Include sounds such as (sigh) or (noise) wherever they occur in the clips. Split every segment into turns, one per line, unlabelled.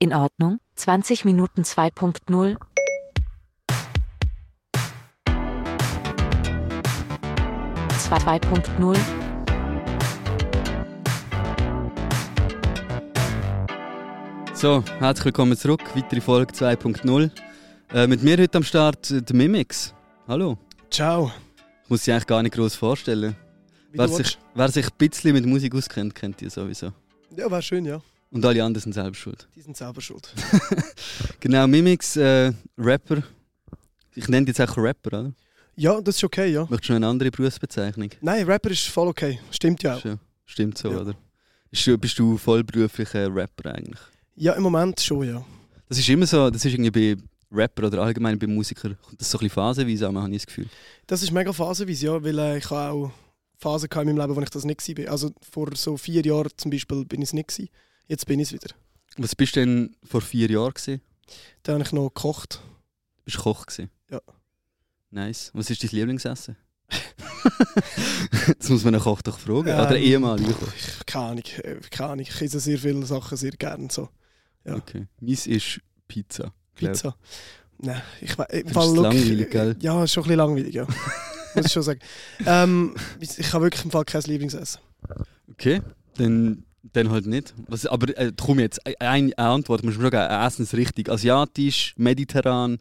In Ordnung, 20 Minuten 2.0. Zwei- 2.0.
So, herzlich willkommen zurück. Weitere Folge 2.0. Äh, mit mir heute am Start äh, der Mimix. Hallo.
Ciao.
Ich muss sie eigentlich gar nicht groß vorstellen.
Wie
Wer
du
sich, wer sich ein bisschen mit Musik auskennt, kennt die sowieso.
willst. Ja, war schön, ja.
Und alle anderen sind selbst schuld.
Die sind selber schuld.
Genau, Mimix, äh, Rapper. Ich nenne dich jetzt auch Rapper, oder?
Ja, das ist okay, ja.
Möchtest du noch eine andere Berufsbezeichnung?
Nein, Rapper ist voll okay. Stimmt ja auch.
Ist ja- Stimmt so,
Ja.
oder? Ist, bist du vollberuflicher Rapper eigentlich?
Ja, im Moment schon, ja.
Das ist immer so, das ist irgendwie bei Rapper oder allgemein bei Musikern, kommt das so ein bisschen phasenweise an, habe ich das Gefühl.
Das ist mega phasenweise, ja, weil äh, ich habe auch Phasen gehabt in meinem Leben, wo ich das nicht war. Also vor so vier Jahren zum Beispiel bin ich es nicht. gewesen. Jetzt bin ich es wieder.
Was bist du denn vor vier Jahren gewesen?
Da habe ich noch gekocht.
Bist du Koch gewesen?
Ja.
Nice. Was ist dein Lieblingsessen? (laughs) das muss man einen Koch doch fragen.
Ähm,
Oder ehemaligen Koch.
Ich- Keine Ahnung, äh, keine Ahnung. Ich esse sehr viele Sachen sehr gerne. So. ja.
Okay. Meins ist Pizza. glaub.
Pizza. Nein, ich weiß.
Findest du es langweilig, gell?
Ja, ist schon ein bisschen
(laughs)
langweilig, ja. Muss ich schon sagen. Ähm, ich habe wirklich im Fall kein Lieblingsessen.
Okay, dann, dann halt nicht. Was, aber äh, komm jetzt, e- eine Antwort musst du mir schon geben. Essen ist richtig. Asiatisch, mediterran.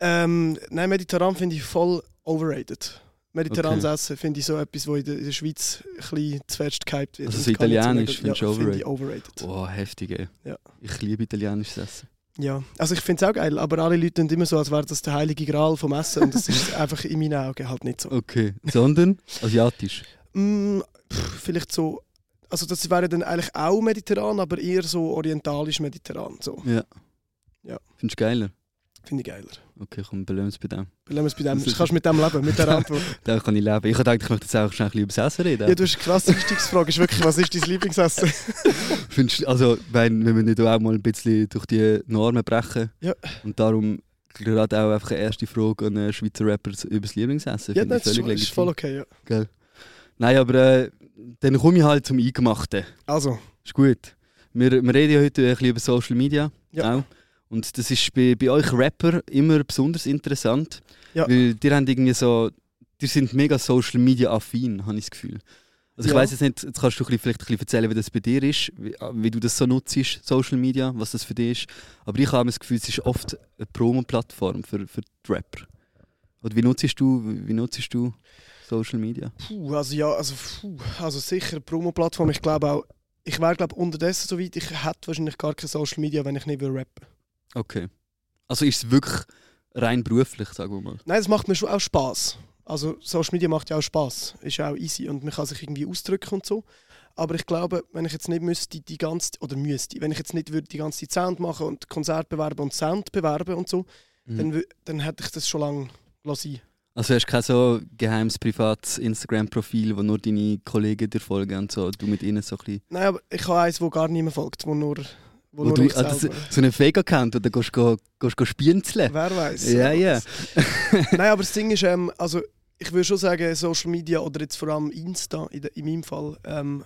Ähm, nein, mediterran finde ich voll overrated. Mediterranes
Okay.
Essen finde ich so etwas, wo in der, in der Schweiz ein bisschen zu fest gehypt wird.
Also
Und
so
gar nicht
italienisch
mega-
findest du
ja, finde ich overrated.
Boah, heftig, ey.
Ja.
Ich liebe italienisches Essen.
Ja, also ich finde es auch geil, aber alle Leute tun immer so, als wäre das der heilige Gral vom Essen und
(laughs)
das ist einfach in meinen Augen halt nicht so.
Okay, sondern asiatisch.
Mm, pff, vielleicht so, also das wäre dann eigentlich auch mediterran, aber eher so orientalisch-mediterran. So,
Findest du geiler?
finde ich geiler.
Okay, komm, belohnen bei dem.
Lassen wir es bei dem. Du kannst mit dem leben,
(laughs)
mit der Antwort.
Da kann ich leben. Ich dachte, ich möchte jetzt auch schnell ein bisschen über das Essen reden.
Ja, du hast eine krasse Einstiegsfrage, ist wirklich, was
(laughs)
ist dein Lieblingsessen?
Findest, du- also, wenn, wenn wir nicht auch mal ein bisschen durch die Normen brechen.
Ja.
Und darum gerade auch einfach eine erste Frage an einen Schweizer Rapper über das Lieblingsessen.
Ja,
Finde
nein,
ich
das ist, ist
legitim.
voll okay, ja.
Gell. Nein, aber äh, dann komme ich halt zum Eingemachten.
Also,
Ist gut. Wir, wir reden ja heute ein bisschen über Social Media.
Ja.
Auch. Und das ist bei, bei euch Rapper immer besonders interessant.
Ja.
Weil die haben irgendwie so. Die sind mega Social Media affin, habe ich das Gefühl. Also ich
Ja.
weiß jetzt nicht, jetzt kannst du vielleicht ein bisschen erzählen, wie das bei dir ist, wie, wie du das so nutzt, Social Media, was das für dich ist. Aber ich habe das Gefühl, es ist oft eine Promo-Plattform für, für die Rapper. Oder wie nutzt du, wie nutzt du Social Media?
puh, also ja, also, puh, also sicher Promo-Plattform. Ich glaube auch, ich wäre glaube unterdessen so weit, ich hätte wahrscheinlich gar kein Social Media, wenn ich nicht will rappen.
Okay. Also ist es wirklich rein beruflich, sagen wir mal.
Nein, das macht mir schon auch Spaß. Also Social Media macht ja auch Spaß, ist ja auch easy und man kann sich irgendwie ausdrücken und so. Aber ich glaube, wenn ich jetzt nicht müsste die ganze oder müsste, wenn ich jetzt nicht würde die ganze Zeit Sound machen und Konzert bewerben und Sound bewerben und so,
Mhm.
dann, wü- dann hätte ich das schon lange lassen.
Also hast du kein so geheimes privates Instagram-Profil, wo nur deine Kollegen dir folgen und so, du mit ihnen so ein bisschen...
Nein, aber ich habe eins, wo gar niemand folgt, wo nur, wo
Wo
nur
du,
ich
ah, das,
selber.
so einen Fake-Account, oder gehst du gehst du spienzeln?
Wer weiß?
Ja, ja.
(laughs) Nein, aber das Ding ist, ähm, also ich würde schon sagen, Social Media oder jetzt vor allem Insta in, de, in meinem Fall ähm,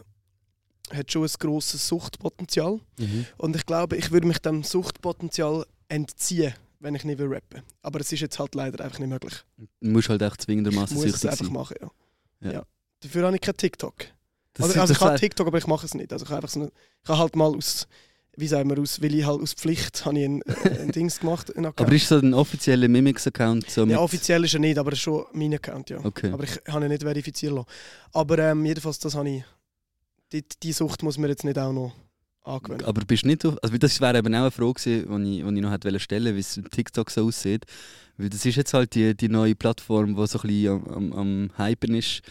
hat schon ein grosses Suchtpotenzial. Und ich glaube, ich würde mich dem Suchtpotenzial entziehen, wenn ich nicht will rappen. Aber es ist jetzt halt leider einfach nicht möglich.
Du musst halt echt
Ich
zwingendermaßen
muss es
süchtig
einfach
sein.
machen, ja.
Ja.
ja. Dafür habe ich kein TikTok.
Das
also,
sind
also
doch
ich habe
so-
TikTok, aber ich mache es nicht. Also ich habe einfach so eine, ich habe halt mal aus, wie sagen wir, aus, weil ich halt aus Pflicht habe ich ein, äh, ein Dings gemacht. Einen Account.
Aber ist so ein offizieller Mimics-Account so mit...
ja, offiziell ist er nicht, aber es ist schon mein Account, ja.
Okay.
Aber ich habe ihn nicht verifizieren lassen. Aber ähm, jedenfalls, das habe ich. Die, die Sucht muss mir jetzt nicht auch noch angewöhnen.
Aber bist nicht auf, also das wäre eben auch eine Frage gewesen, die ich, die ich noch hätte wollen stellen, wie es mit TikTok so aussieht. Weil das ist jetzt halt die, die neue Plattform, die so ein bisschen am, am, am Hypen ist,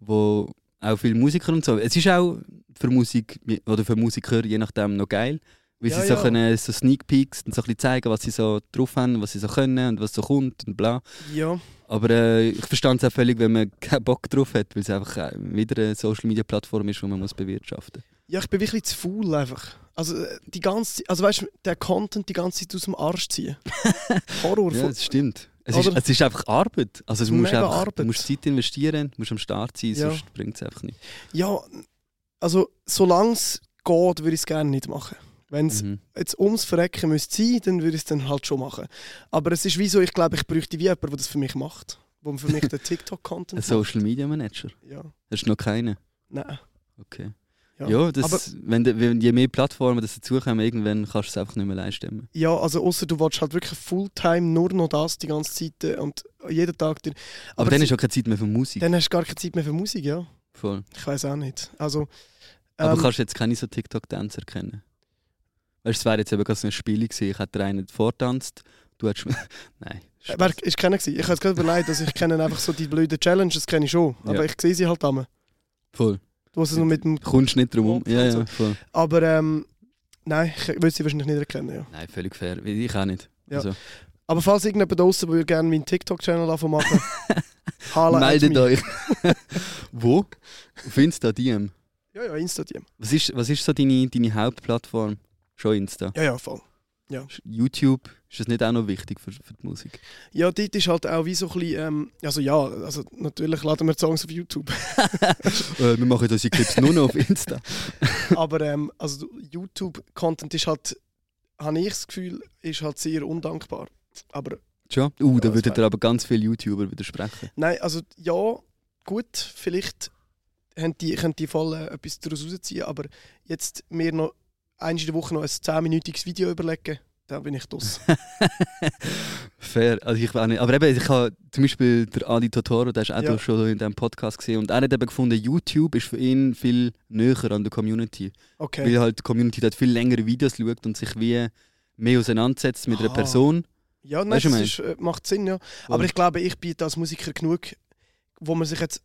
wo auch viele Musiker und so. Es ist auch für Musik oder für Musiker, je nachdem, noch geil. Weil
Ja,
sie so,
ja.
Können, so Sneak Peeks und so ein bisschen zeigen, was sie so drauf haben, was sie so können und was so kommt und bla.
Ja,
Aber äh, ich verstand es auch völlig, wenn man keinen Bock drauf hat, weil es einfach äh, wieder eine Social Media Plattform ist, die man muss bewirtschaften
ja, ich bin wirklich zu faul einfach. Also äh, die ganze also weißt du, der Content die ganze Zeit aus dem
(laughs)
Arsch ziehen. Horror.
Ja,
von-
das stimmt. Es ist,
Oder?
es ist einfach Arbeit. Also es musst
Mega
einfach, Du
Arbeit.
musst Zeit investieren, du musst am Start sein,
Ja.
sonst bringt es einfach nicht.
Ja, also solange es geht, würde ich es gerne nicht machen. Wenn es
Mhm.
jetzt ums Verrecken müsste sein, dann würde ich es dann halt schon machen. Aber es ist wie so, ich glaube, ich bräuchte wie jemanden, der das für mich macht. Wo für
(laughs)
mich den
Ein
TikTok-Content macht.
Social Media Manager.
Ja,
Das ist noch keiner.
nein.
Okay.
Ja.
Ja, das, wenn, de- wenn, je mehr Plattformen das dazukommen, irgendwann kannst du es einfach nicht mehr leisten.
Ja, also außer du willst halt wirklich Fulltime nur noch das die ganze Zeit äh, und jeden Tag. drin.
Aber,
Aber
dann
sie-
ist auch keine Zeit mehr für Musik.
Dann hast du gar keine Zeit mehr für Musik, ja.
Voll.
Ich weiß auch nicht. Also,
Aber
ähm,
kannst du jetzt keine so TikTok-Tänzer kennen? Weißt du, es wäre jetzt eben gerade so ein Spiel gewesen. Ich hätte dir einen vortanzt, du hättest. (laughs) Nein.
äh, wer ist keiner gewesen? Ich habe es gerade überlegt, also ich kenne einfach so die blöden Challenges, kenne ich schon.
Ja.
Aber ich sehe sie halt am.
Voll.
Du hast es nur mit dem...
Kommst nicht drum um.
Kopf
Ja,
und so.
ja, voll.
Aber ähm, nein, ich würde sie wahrscheinlich nicht erkennen, ja.
Nein, völlig fair. Ich auch nicht.
Ja.
Also,
Aber falls irgendjemand draußen würde gerne meinen TikTok-Channel
(laughs)
davon machen, Hala
meldet euch. (laughs) Wo? Auf Insta DM.
Ja, ja, Insta-DM.
Was ist, was ist so deine, deine Hauptplattform? Schon Insta.
Ja, ja, voll.
YouTube, ist das nicht auch noch wichtig für, für die Musik?
Ja, dort ist halt auch wie so ein bisschen, ähm, also ja, also natürlich laden wir die Songs auf YouTube. (laughs)
Äh, wir machen unsere Clips nur noch auf Insta.
Aber ähm, also YouTube-Content ist halt, habe ich das Gefühl, ist halt sehr undankbar. Aber
Schon? Uh,
(laughs) Ja,
da
das
würden
wär-
dir aber ganz viele YouTuber widersprechen.
nein, also ja, gut, vielleicht haben die, können die voll äh, etwas daraus rausziehen, aber jetzt mir noch eins in der Woche noch ein 10-minütiges Video überlegen, dann bin ich das.
Fair, also ich weiß nicht. Aber eben, ich habe zum Beispiel der Adi Totoro, der ist auch
Ja.
da schon in diesem Podcast gesehen und er hat eben gefunden, YouTube ist für ihn viel näher an der Community.
Okay.
Weil halt die Community dort viel längere Videos schaut und sich wie mehr auseinandersetzt mit einer
Ah.
Person.
Ja, nein,
Weißt du,
das
mein-
ist, äh, macht Sinn, ja.
Voll.
Aber ich glaube, ich biete als Musiker genug, wo man sich jetzt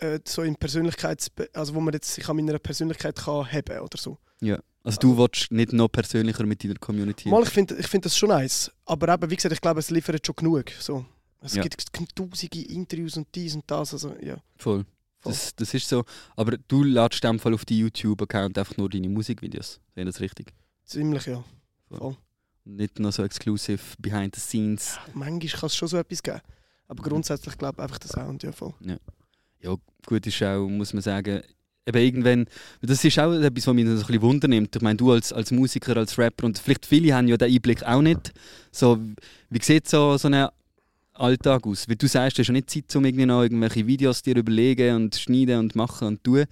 äh, so in Persönlichkeits... Also wo man jetzt sich an meiner Persönlichkeit kann heben oder so.
Also du willst nicht noch persönlicher mit deiner Community.
Mal, ich finde ich find das schon nice. Aber eben, wie gesagt, ich glaube, es liefert schon genug. So. Es
Ja.
gibt g- tausende Interviews und dies und das. Also, ja.
Voll.
Voll.
Das, das ist so. Aber du ladest in dem Fall auf die YouTube-Account einfach nur deine Musikvideos. Sehe ich das richtig?
Ziemlich, ja.
Und nicht noch so exklusiv behind the scenes.
Manchmal kann es schon so etwas geben. Aber
Mhm.
grundsätzlich glaube ich einfach der Sound, ja, voll.
Gut ist auch, muss man sagen, eben irgendwann, das ist auch etwas, was mich so ein bisschen Wunder nimmt. Ich meine, du als, als Musiker, als Rapper und vielleicht viele haben ja den Einblick auch nicht. So, wie sieht so, so ein Alltag aus? Weil du sagst, du hast ja nicht Zeit, um irgendwie noch irgendwelche Videos dir überlegen und schneiden und machen und tun.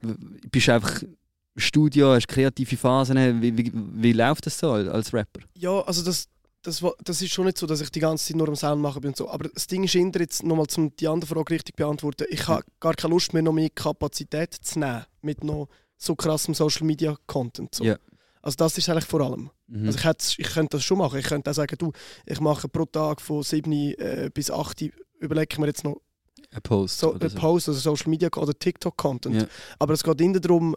W- Bist einfach im Studio, hast kreative Phasen. Wie, wie, wie läuft das so als als Rapper?
Ja, also das, das, wa- das ist schon nicht so, dass ich die ganze Zeit nur am Sound machen bin und so. Aber das Ding ist, Inder, jetzt nochmal zum die andere Frage richtig beantworten. Ich habe gar keine Lust mehr, noch mehr Kapazität zu nehmen mit noch so krassem Social Media Content. So.
Ja.
Also das ist eigentlich vor allem.
Mhm.
Also ich, hätte, ich könnte das schon machen. Ich könnte auch sagen, du, ich mache pro Tag von 7 äh, bis 8 Uhr, überlege ich mir jetzt noch
ein Post.
so,
oder
einen Post oder Social Media oder TikTok Content.
Ja.
Aber es geht innen darum,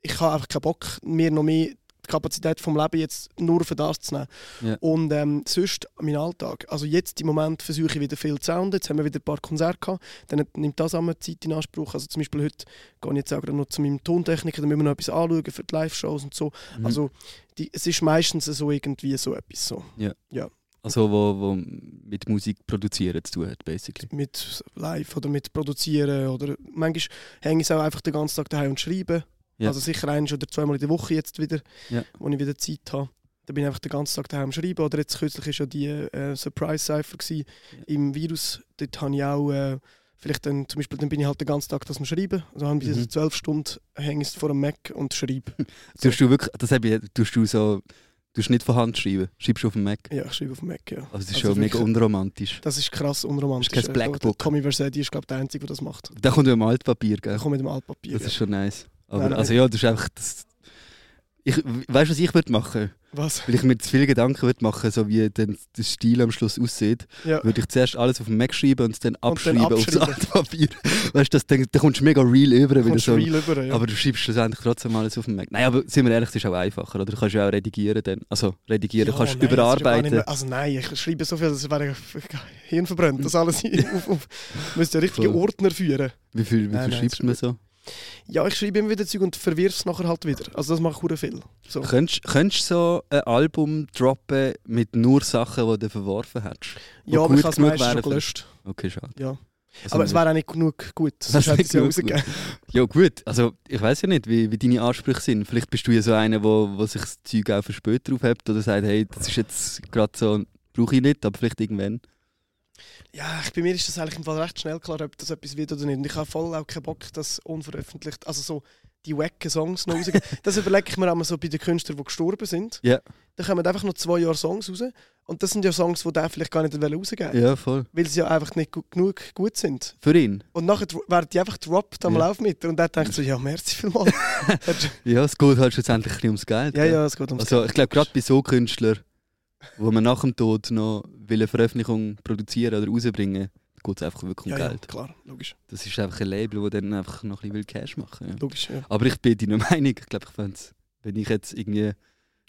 ich habe einfach keinen Bock, mir noch mehr die Kapazität vom Leben jetzt nur für das zu nehmen.
Ja.
Und ähm, sonst mein Alltag. Also jetzt im Moment versuche ich wieder viel zu sounden. Jetzt haben wir wieder ein paar Konzerte gehabt. Dann nimmt das auch mal Zeit in Anspruch. Also zum Beispiel heute gehe ich jetzt auch gerade noch zu meinem Tontechniker, dann müssen wir noch etwas anschauen für die Live-Shows und so.
Mhm.
Also die, es ist meistens so irgendwie so etwas. So.
Also, wo, wo mit Musik produzieren zu tun hat, basically.
mit live oder mit produzieren oder manchmal hänge ich es auch einfach den ganzen Tag daheim und schreibe.
Ja.
Also sicher eins oder zweimal in der Woche jetzt wieder,
Ja.
wo ich wieder Zeit habe. Da bin ich einfach den ganzen Tag daheim am schreiben. Oder jetzt kürzlich war ja die äh, Surprise Cypher gewesen
Ja.
im Virus. Dort habe ich auch äh, vielleicht dann, zum Beispiel, dann bin ich halt den ganzen Tag das am Schreiben. Also habe ich
Mhm.
wieder zwölf Stunden hänge ich vor dem Mac und schreibe.
Tust du wirklich, das habe ich, tust du so, tust nicht von Hand schreiben, schreibst du auf dem Mac.
Ja, ich schreibe auf dem Mac, ja.
Also, das ist
Also
schon mega
wirklich-
unromantisch.
Das ist krass unromantisch.
Das ist kein
Also,
Black
der
Book.
Tommy Versetti ist, glaube ich, der Einzige, der das macht.
Da kommt ja mal Altpapier, gell?
Ich komme mit dem Altpapier.
Das
ja.
ist schon nice. Aber,
Nein, nein.
also ja, das ist einfach, das, ich, weißt du, was ich würde machen? (laughs)
Was?
Weil ich mir zu viele Gedanken würde machen, so wie dann der Stil am Schluss aussieht,
Ja.
würde ich zuerst alles auf dem Mac schreiben und es dann abschreiben, aufs
abschreiben.
Altpapier. (laughs) Weißt du, das- dann, dann kommst du mega real über, wenn du
Kommst
so,
real rüber, ja.
aber du schreibst schlussendlich trotzdem alles auf dem Mac. Nein, aber sind wir ehrlich, das ist auch einfacher, oder? Du kannst ja auch redigieren dann, also redigieren,
Ja,
kannst
nein, das ist ja gar nicht
überarbeiten.
mehr- Also nein, ich schreibe so viel, dass wäre (laughs) Hirn verbrennt. Das alles
(laughs)
auf, auf, müsste ja richtige
Voll.
Ordner führen.
Wie viel, wie viel
Nein, nein,
schreibst
ist
du mir so?
Ja, ich schreibe immer wieder Zeug und verwirf es nachher halt wieder. Also das mache ich hure viel. So.
Könntest könntest du so ein Album droppen mit nur Sachen, die du verworfen hast?
Ja, aber
gut
ich habe es
genug
meistens
wäre
schon
für-
gelöscht.
Okay, schade.
Ja.
Also
Aber es
wir-
wäre auch nicht genug gut.
Das
Sonst
ist
hätte
nicht
es ja
genug
rausgegeben.
Ja gut, also ich weiß ja nicht, wie, wie deine Ansprüche sind. Vielleicht bist du ja so einer, wo, wo sich das Zeug auch für später aufhebt oder sagt, hey, das ist jetzt gerade so, brauche ich nicht, aber vielleicht irgendwann.
Ja, ich, bei mir ist das eigentlich im Fall recht schnell klar, ob das etwas wird oder nicht. Und ich habe voll auch keinen Bock, das unveröffentlicht, also so die wacken Songs noch
(laughs)
rauszugeben. das überlege ich mir auch mal so bei den Künstlern, die gestorben sind.
Ja.
Da kommen einfach noch zwei Jahre Songs raus. Und das sind ja Songs, die der vielleicht gar nicht will rausgeben wollte,
Ja, voll.
weil sie ja einfach nicht gu genug gut sind.
Für ihn.
Und nachher dro- werden die einfach droppt am
Ja.
Laufmeter und der denkt so, ja, merci vielmals.
Ja, es geht halt schlussendlich ein bisschen ums Geld.
(laughs) ja,
gell?
ja, es geht ums
Also ich glaube gerade bei so Künstlern, wo man nach dem Tod noch will eine Veröffentlichung produzieren oder rausbringen, geht es einfach wirklich um
ja, ja,
Geld.
klar, logisch.
Das ist einfach ein Label, das dann einfach noch ein bisschen Cash machen will. Ja.
logisch ja.
Aber ich bin deiner Meinung. Ich glaube, ich fänd's, wenn ich jetzt irgendwie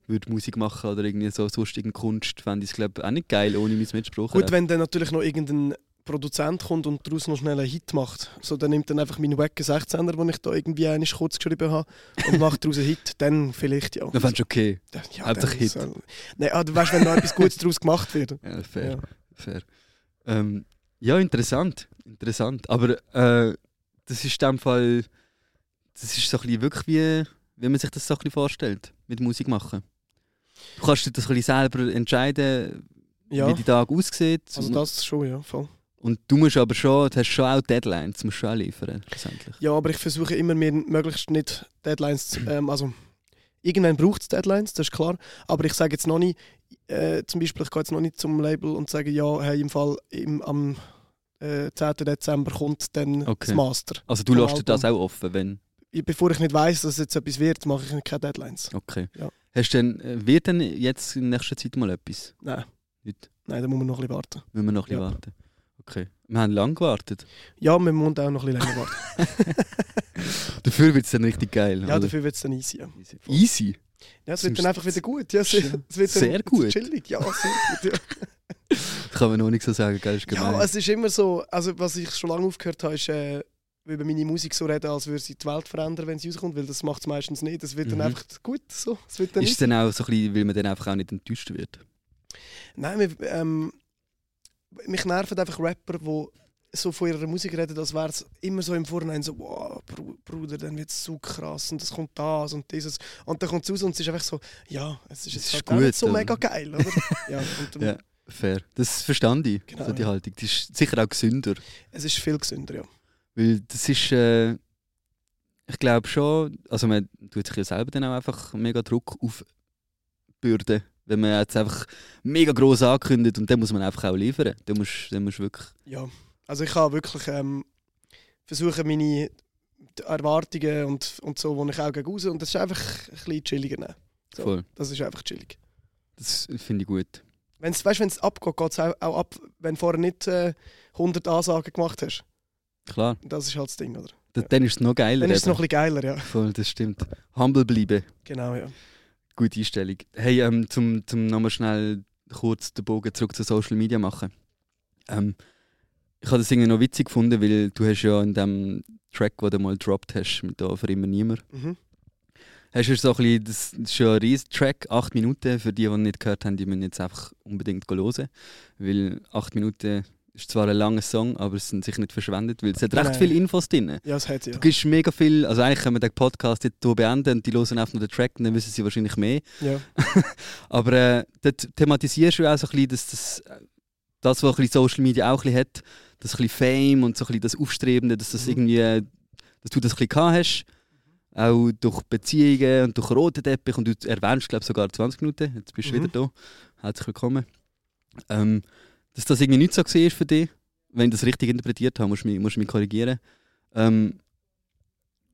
würde Musik machen oder irgendwie so sonst irgendeine Kunst, fände ich es glaube auch nicht geil ohne mein Mitspruch.
Gut, wenn dann natürlich noch irgendein Produzent kommt und daraus noch schnell einen Hit macht. So, dann nimmt dann einfach meinen Wacken 16er, den ich da irgendwie einmal kurz geschrieben habe, und macht daraus einen Hit, dann vielleicht ja.
dann fändest du okay.
Dann- ja,
Hauptsache
dann
Hit.
soll- Nein, ah, du weißt, wenn noch etwas Gutes daraus gemacht wird.
Ja, fair,
Ja.
fair. Ähm, ja, interessant, interessant. Aber äh, das ist in dem Fall, das ist so ein bisschen wirklich wie, wie man sich das so ein bisschen vorstellt mit Musik machen. Du kannst dir das ein bisschen selber entscheiden, wie
ja.
die Tag aussieht.
Also das schon, ja, voll.
und du musst aber schon, du hast schon auch Deadlines, du musst schon auch liefern, schlussendlich.
Ja, aber ich versuche immer, mir möglichst nicht
(clears throat)
Deadlines zu... Ähm, also, irgendwann braucht es Deadlines, das ist klar. Aber ich sage jetzt noch nicht, äh, zum Beispiel, ich gehe jetzt noch nicht zum Label und sage, ja, hey, im Fall im, am äh, 10. Dezember kommt dann
Okay.
das Master.
Also du
Vom
lässt dir das auch offen, wenn.
bevor ich nicht weiß, dass jetzt etwas wird, mache ich keine Deadlines.
Okay.
Ja.
Hast du denn, äh, wird denn jetzt in nächster Zeit mal etwas?
Nein.
Nicht.
Nein, da muss man noch ein bisschen warten.
Müssen wir noch ein bisschen
Ja.
warten? Okay. Wir haben lange gewartet. (laughs)
Ja, man muss auch noch ein bisschen länger warten.
Dafür wird es dann richtig geil.
ja,
oder?
dafür wird es dann easy. Ja,
Easy. Easy.
ja es wird dann einfach wieder gut. Ja, es, (laughs) es wird dann
Sehr gut.
Chillig. Ja,
(laughs)
sehr gut.
Das kann man noch nicht so sagen, gell? Ist
Ja.
gemein.
ja, es ist immer so, also was ich schon lange aufgehört habe, ist äh, über meine Musik so reden, als würde sie die Welt verändern, wenn sie rauskommt, weil das macht es meistens nicht. Es wird dann
Mhm.
einfach gut so. Es wird dann
ist es dann auch so ein bisschen, weil man dann einfach auch nicht enttäuscht wird?
Nein, wir, ähm, mich nerven einfach Rapper, die so von ihrer Musik reden, als wäre es immer so im Vorhinein so, wow, Bru- Bruder, dann wird es so krass und es kommt das und dieses. Und dann kommt es raus und es ist einfach so, ja, es ist
Es
jetzt
ist
halt auch nicht
gut,
so
oder?
mega
(laughs)
geil, oder? ja, und dann,
Ja. Fair. Das verstand ich,
Genau,
so die
ja.
Haltung. Das ist sicher auch gesünder.
Es ist viel gesünder, ja.
Weil das ist, äh, ich glaube schon, also man tut sich ja selber dann auch einfach mega Druck aufbürden, wenn man jetzt einfach mega gross ankündigt und dann muss man einfach auch liefern. Dann musst dann musst du wirklich,
ja. Also ich habe wirklich ähm, versuchen, meine Erwartungen und, und so, die ich auch gegen raus, und das ist einfach ein bisschen chilliger. nehmen. So.
voll,
Das ist einfach chillig.
das finde ich gut.
Wenn's, weißt du, wenn es abgeht, geht es auch, auch ab, wenn du vorher nicht äh, 100 Ansagen gemacht hast.
Klar,
Das ist halt das Ding, oder?
da, dann ist es noch geiler.
Dann ist es
eben.
noch ein bisschen geiler, ja.
voll, das stimmt. Humble bleiben,
Genau, ja.
gute Einstellung. Hey, ähm, zum, zum nochmal schnell kurz den Bogen zurück zu Social Media machen. Ähm, ich habe das irgendwie noch witzig gefunden, weil du hast ja in dem Track, den du mal gedroppt hast, mit «Da für immer niemand»,
Mhm.
Hast du so ein bisschen, das ist schon ein riesen Track, 8 Minuten, für die, die ihn nicht gehört haben, die müssen jetzt einfach unbedingt hören, weil 8 Minuten ist zwar ein langer Song, aber es sind sicher nicht verschwendet, weil es hat recht
Nein.
viele Infos drin.
Ja, es hat ja.
Du gibst mega viel, also eigentlich können wir den Podcast jetzt hier beenden und die hören einfach nur den Track und dann wissen sie wahrscheinlich mehr.
ja.
Aber äh, dort thematisierst du auch so ein bisschen, dass das, äh, das was ein bisschen Social Media auch ein bisschen hat, das ein bisschen Fame und so ein bisschen das Aufstrebende, dass, das
Mhm.
irgendwie, äh, dass du das ein bisschen gehabt hast. Auch durch Beziehungen und durch roten Teppich. Und du erwähnst, glaube ich, sogar 20 Minuten. Jetzt bist du
Mhm.
wieder da. Herzlich willkommen. Ähm, dass das irgendwie nicht so war für dich. Wenn ich das richtig interpretiert habe, musst du mich, musst du mich korrigieren. Ähm,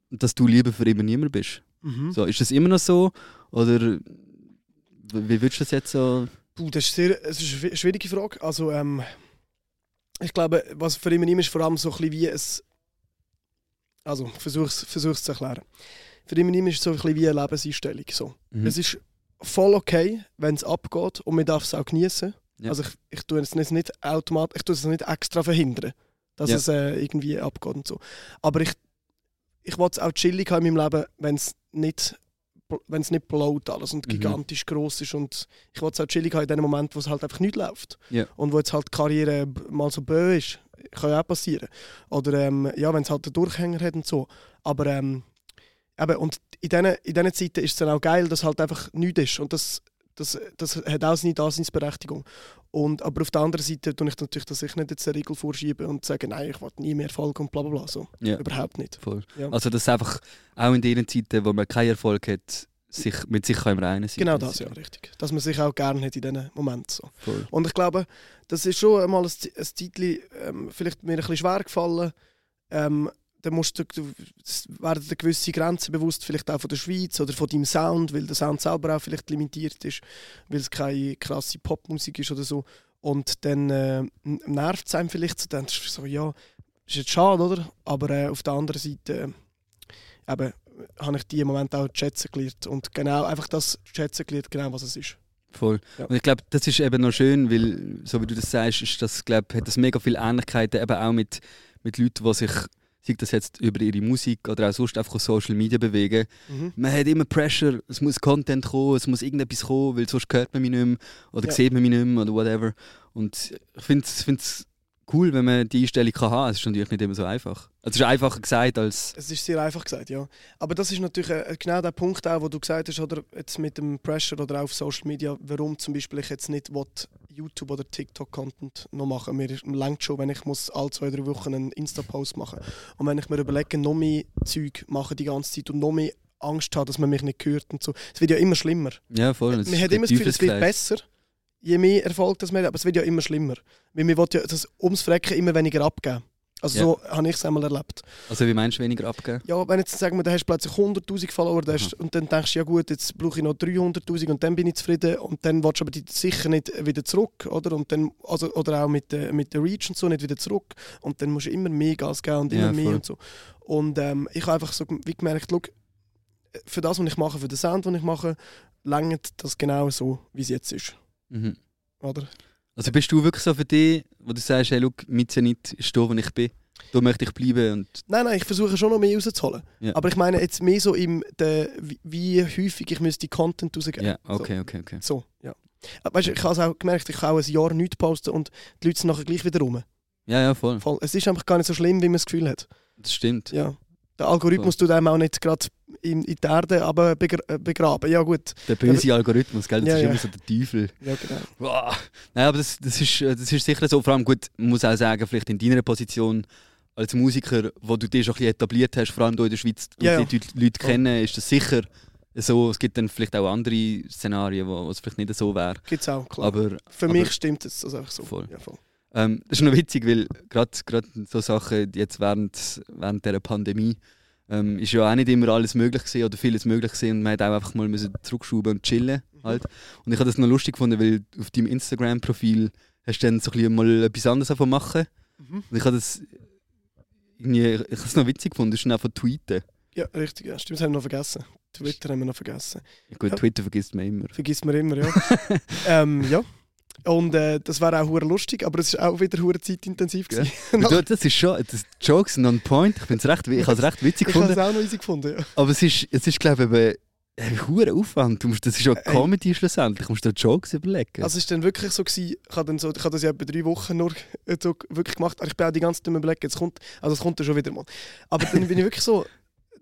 dass du lieber für immer niemand bist.
Mhm.
So, ist das immer noch so? Oder wie würdest du das jetzt so?
Puh, das ist, sehr, es ist eine schwi- schwierige Frage. Also, ähm, ich glaube, was für immer nimm ist, vor allem so ein bisschen wie es. Also, ich versuche es versuch's zu erklären. Für immer nimm ist es so ein bisschen wie eine Lebenseinstellung. So.
Mhm.
Es ist voll okay, wenn es abgeht und man darf es auch genießen.
Ja.
Also ich, ich tue es nicht, nicht automatisch, ich tue es nicht extra verhindern, dass
Ja.
es äh, irgendwie abgeht und so. Aber ich, ich will es auch chillig haben in meinem Leben, wenn es nicht wenn es nicht blowt alles und
Mhm.
gigantisch groß ist und ich will es auch chillig haben in dem Moment, wo es halt einfach nicht läuft
Ja.
und wo jetzt halt die Karriere b- mal so böh ist. kann ja auch passieren. Oder ähm, ja, wenn es halt einen Durchhänger hat und so. Aber ähm, eben, und in diesen in diesen Zeiten ist es dann auch geil, dass halt einfach nichts ist. Und das, das, das hat auch seine Daseinsberechtigung. Und, aber auf der anderen Seite tue ich natürlich das ich nicht jetzt eine Regel vorschieben und sage, nein, ich will nie mehr Erfolg und bla bla bla. So.
Ja.
Überhaupt nicht.
Voll.
Ja.
Also, dass einfach auch in den Zeiten, wo man keinen Erfolg hat, sich, mit sich kann im Reinen sein
Genau das, ja, richtig. Dass man sich auch gerne hat in diesen Momenten. So. Und ich glaube, das ist schon einmal ein, Ze- ein Zeitchen, ähm, vielleicht mir ein bisschen schwer gefallen. Ähm, dann musst du, du es werden dir gewisse Grenzen bewusst, vielleicht auch von der Schweiz oder von deinem Sound, weil der Sound selber auch vielleicht limitiert ist, weil es keine krasse Popmusik ist oder so. Und dann äh, nervt es einem vielleicht, so, dann denkst du so, ja, ist jetzt schade, oder? Aber äh, auf der anderen Seite äh, eben, habe ich die im Moment auch zu schätzen gelernt und genau einfach das zu schätzen gelernt, genau was es ist.
Voll.
Ja.
Und ich glaube, das ist eben noch schön, weil, so wie du das sagst, ist das, glaub, hat das mega viele Ähnlichkeiten eben auch mit, mit Leuten, die sich, sei das jetzt über ihre Musik oder auch sonst einfach auf Social Media bewegen. Man hat immer Pressure, es muss Content kommen, es muss irgendetwas kommen, weil sonst hört man mich nicht mehr oder
Ja.
sieht man mich nicht mehr oder whatever. Und ich finde es cool, wenn man die Einstellung kann haben kann. Es ist natürlich nicht immer so einfach. Also, es ist einfacher gesagt als...
Es ist sehr einfach gesagt, ja. Aber das ist natürlich äh, genau der Punkt auch, wo du gesagt hast, oder jetzt mit dem Pressure oder auch auf Social Media, warum zum Beispiel ich jetzt nicht will, YouTube oder TikTok Content noch machen. Mir langt schon, wenn ich muss alle zwei drei Wochen einen Insta Post machen. Und wenn ich mir überlege, noch mehr Zeug machen die ganze Zeit und noch mehr Angst habe, dass man mich nicht hört und so. Es wird ja immer schlimmer.
Ja, voll. es
Man
ist
hat
der
immer das Gefühl, es wird
Teufelskreis.
besser, je mehr Erfolg das man hat, aber es wird ja immer schlimmer. Weil man will ja das ums Frecken immer weniger abgeben. Also
Ja.
so habe ich es einmal erlebt.
Also, wie meinst du, weniger abgeben?
Ja, wenn jetzt sagen wir, dann hast du plötzlich 100'000 Follower dann
Mhm.
hast, und dann denkst du, ja gut, jetzt brauche ich noch 300'000 und dann bin ich zufrieden und dann willst du aber die sicher nicht wieder zurück, oder? Und dann, also, oder auch mit, der- mit der Reach und so nicht wieder zurück und dann musst du immer mehr Gas geben und immer
Ja,
mehr
voll.
und so. Und ähm, ich habe einfach so gem- wie gemerkt, schau, für das, was ich mache, für den Sound, den ich mache, langt das genau so, wie es jetzt ist,
Mhm.
oder?
Also bist du wirklich so für dich, wo du sagst, hey, look, mein Zenit ist da, wo ich bin. Da möchte ich bleiben. Und,
Nein, nein, ich versuche schon noch mehr rauszuholen.
Ja.
Aber ich meine jetzt mehr so, im, der, wie, wie häufig ich müsste Content rausgeben
ja,
So.
okay, okay, okay.
So, ja. Aber Weißt du, ich habe es auch gemerkt, ich kann auch ein Jahr nichts posten und die Leute sind nachher gleich wieder rum.
Ja, ja, voll.
Voll. Es ist einfach gar nicht so schlimm, wie man das Gefühl hat.
Das stimmt.
Ja. Der Algorithmus tut einem auch nicht gerade in, in die Erde aber begr äh, begraben. Ja, gut.
Der böse Algorithmus, gell? Das
Ja,
ist
ja.
immer so der Teufel.
Ja, genau.
Wow. Nein, aber das, das, ist, äh, das ist sicher so. Vor allem, gut, man muss auch sagen, vielleicht in deiner Position als Musiker, wo du dich schon ein bisschen etabliert hast, vor allem hier in der Schweiz, und
Ja, Oh. ja.
die Leute- Leute kennen, ist das sicher so. Es gibt dann vielleicht auch andere Szenarien, wo wo es vielleicht nicht so wäre.
Gibt es auch, klar.
Aber
Für
aber-
mich stimmt es das einfach so.
Voll.
Ja, voll.
Ähm, das ist noch witzig, weil gerade so Sachen jetzt während, während dieser Pandemie ähm, ist ja auch nicht immer alles möglich gewesen oder vieles möglich gewesen und man hat auch einfach mal müssen zurückschrauben und chillen
Mhm.
halt. Und ich habe das noch lustig gefunden, weil auf deinem Instagram-Profil hast du dann so ein bisschen mal etwas anderes davon machen.
Mhm.
Und ich habe das irgendwie, ich habe es noch witzig gefunden, das ist dann einfach tweeten.
Ja, richtig. Ja, stimmt, das haben wir noch vergessen. Twitter haben wir noch vergessen.
Gut,
Ja.
Twitter vergisst man immer.
Vergisst man immer, ja.
(laughs)
ähm, ja. Und äh, das wäre auch hure lustig, aber es ist auch wieder hure zeitintensiv.
Gell?
gewesen.
Du, das ist schon, das Jokes sind on point, ich, find's recht, ich habe es recht witzig
Ich habe
gefunden.
es auch noch easy gefunden. Ja.
Aber es ist, es ist glaube ich, eben ein hoher Aufwand. Du musst, das ist auch
Ey.
Comedy schlussendlich. Du musst dir Jokes überlegen.
Äh, Also es ist dann wirklich so gewesen, ich habe dann so, ich habe das ja etwa drei Wochen nur (laughs) äh, so wirklich gemacht, aber ich bin auch die ganze Zeit am überlegen, jetzt kommt, also es kommt ja schon wieder mal. Aber dann bin ich wirklich so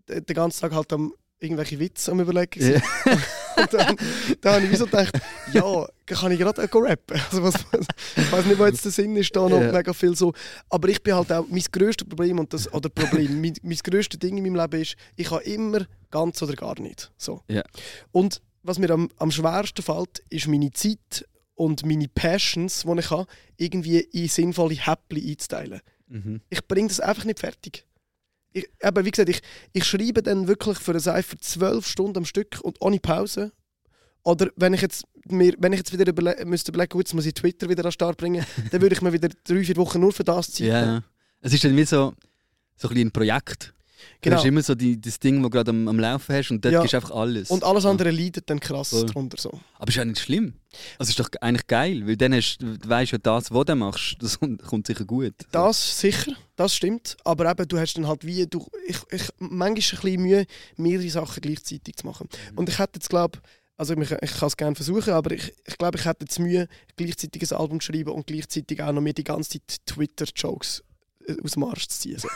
d- den ganzen Tag halt am irgendwelche Witze am überlegen
Ja.
gewesen. und dann, dann habe ich wieso gedacht, ja, kann ich gerade auch go rappen. Also was, was, ich weiß nicht, wo jetzt der Sinn ist, da noch
Ja.
mega viel so. Aber ich bin halt auch, mein grösstes Problem und das, oder Problem, mein, mein grösstes Ding in meinem Leben ist, ich habe immer ganz oder gar nicht. So.
Ja.
Und was mir am, am schwersten fällt, ist meine Zeit und meine Passions, die ich habe, irgendwie in sinnvolle Häppchen einzuteilen.
mhm.
Ich bringe das einfach nicht fertig. Ich, eben, wie gesagt, ich, ich schreibe dann wirklich für einen Cypher zwölf Stunden am Stück und ohne Pause. Oder wenn ich jetzt, mir, wenn ich jetzt wieder überle müsste überlegen gut, jetzt muss ich Twitter wieder an den
(laughs)
Start bringen, dann würde ich mir wieder drei, vier Wochen nur für das Zeit
ja,
nehmen.
ja. Es ist dann wie so, so ein, bisschen ein Projekt. Du
Genau.
hast immer so die, das Ding, das du gerade am, am Laufen hast und dort
Ja.
gibst du einfach alles.
Und alles andere leidet dann krass
Voll.
drunter. So.
Aber ist ja nicht schlimm. Also ist doch eigentlich geil, weil dann hast, du du weißt ja, das, was du machst, (laughs) das kommt sicher gut.
Das sicher, das stimmt. Aber eben, du hast dann halt wie, du, ich, ich manchmal ein bisschen Mühe, mehrere Sachen gleichzeitig zu machen. Und ich hätte jetzt glaube, also ich, ich kann es gerne versuchen, aber ich, ich glaube, ich hätte jetzt Mühe, gleichzeitig ein Album zu schreiben und gleichzeitig auch noch mir die ganze Zeit Twitter-Jokes äh, aus dem Arsch zu ziehen. So.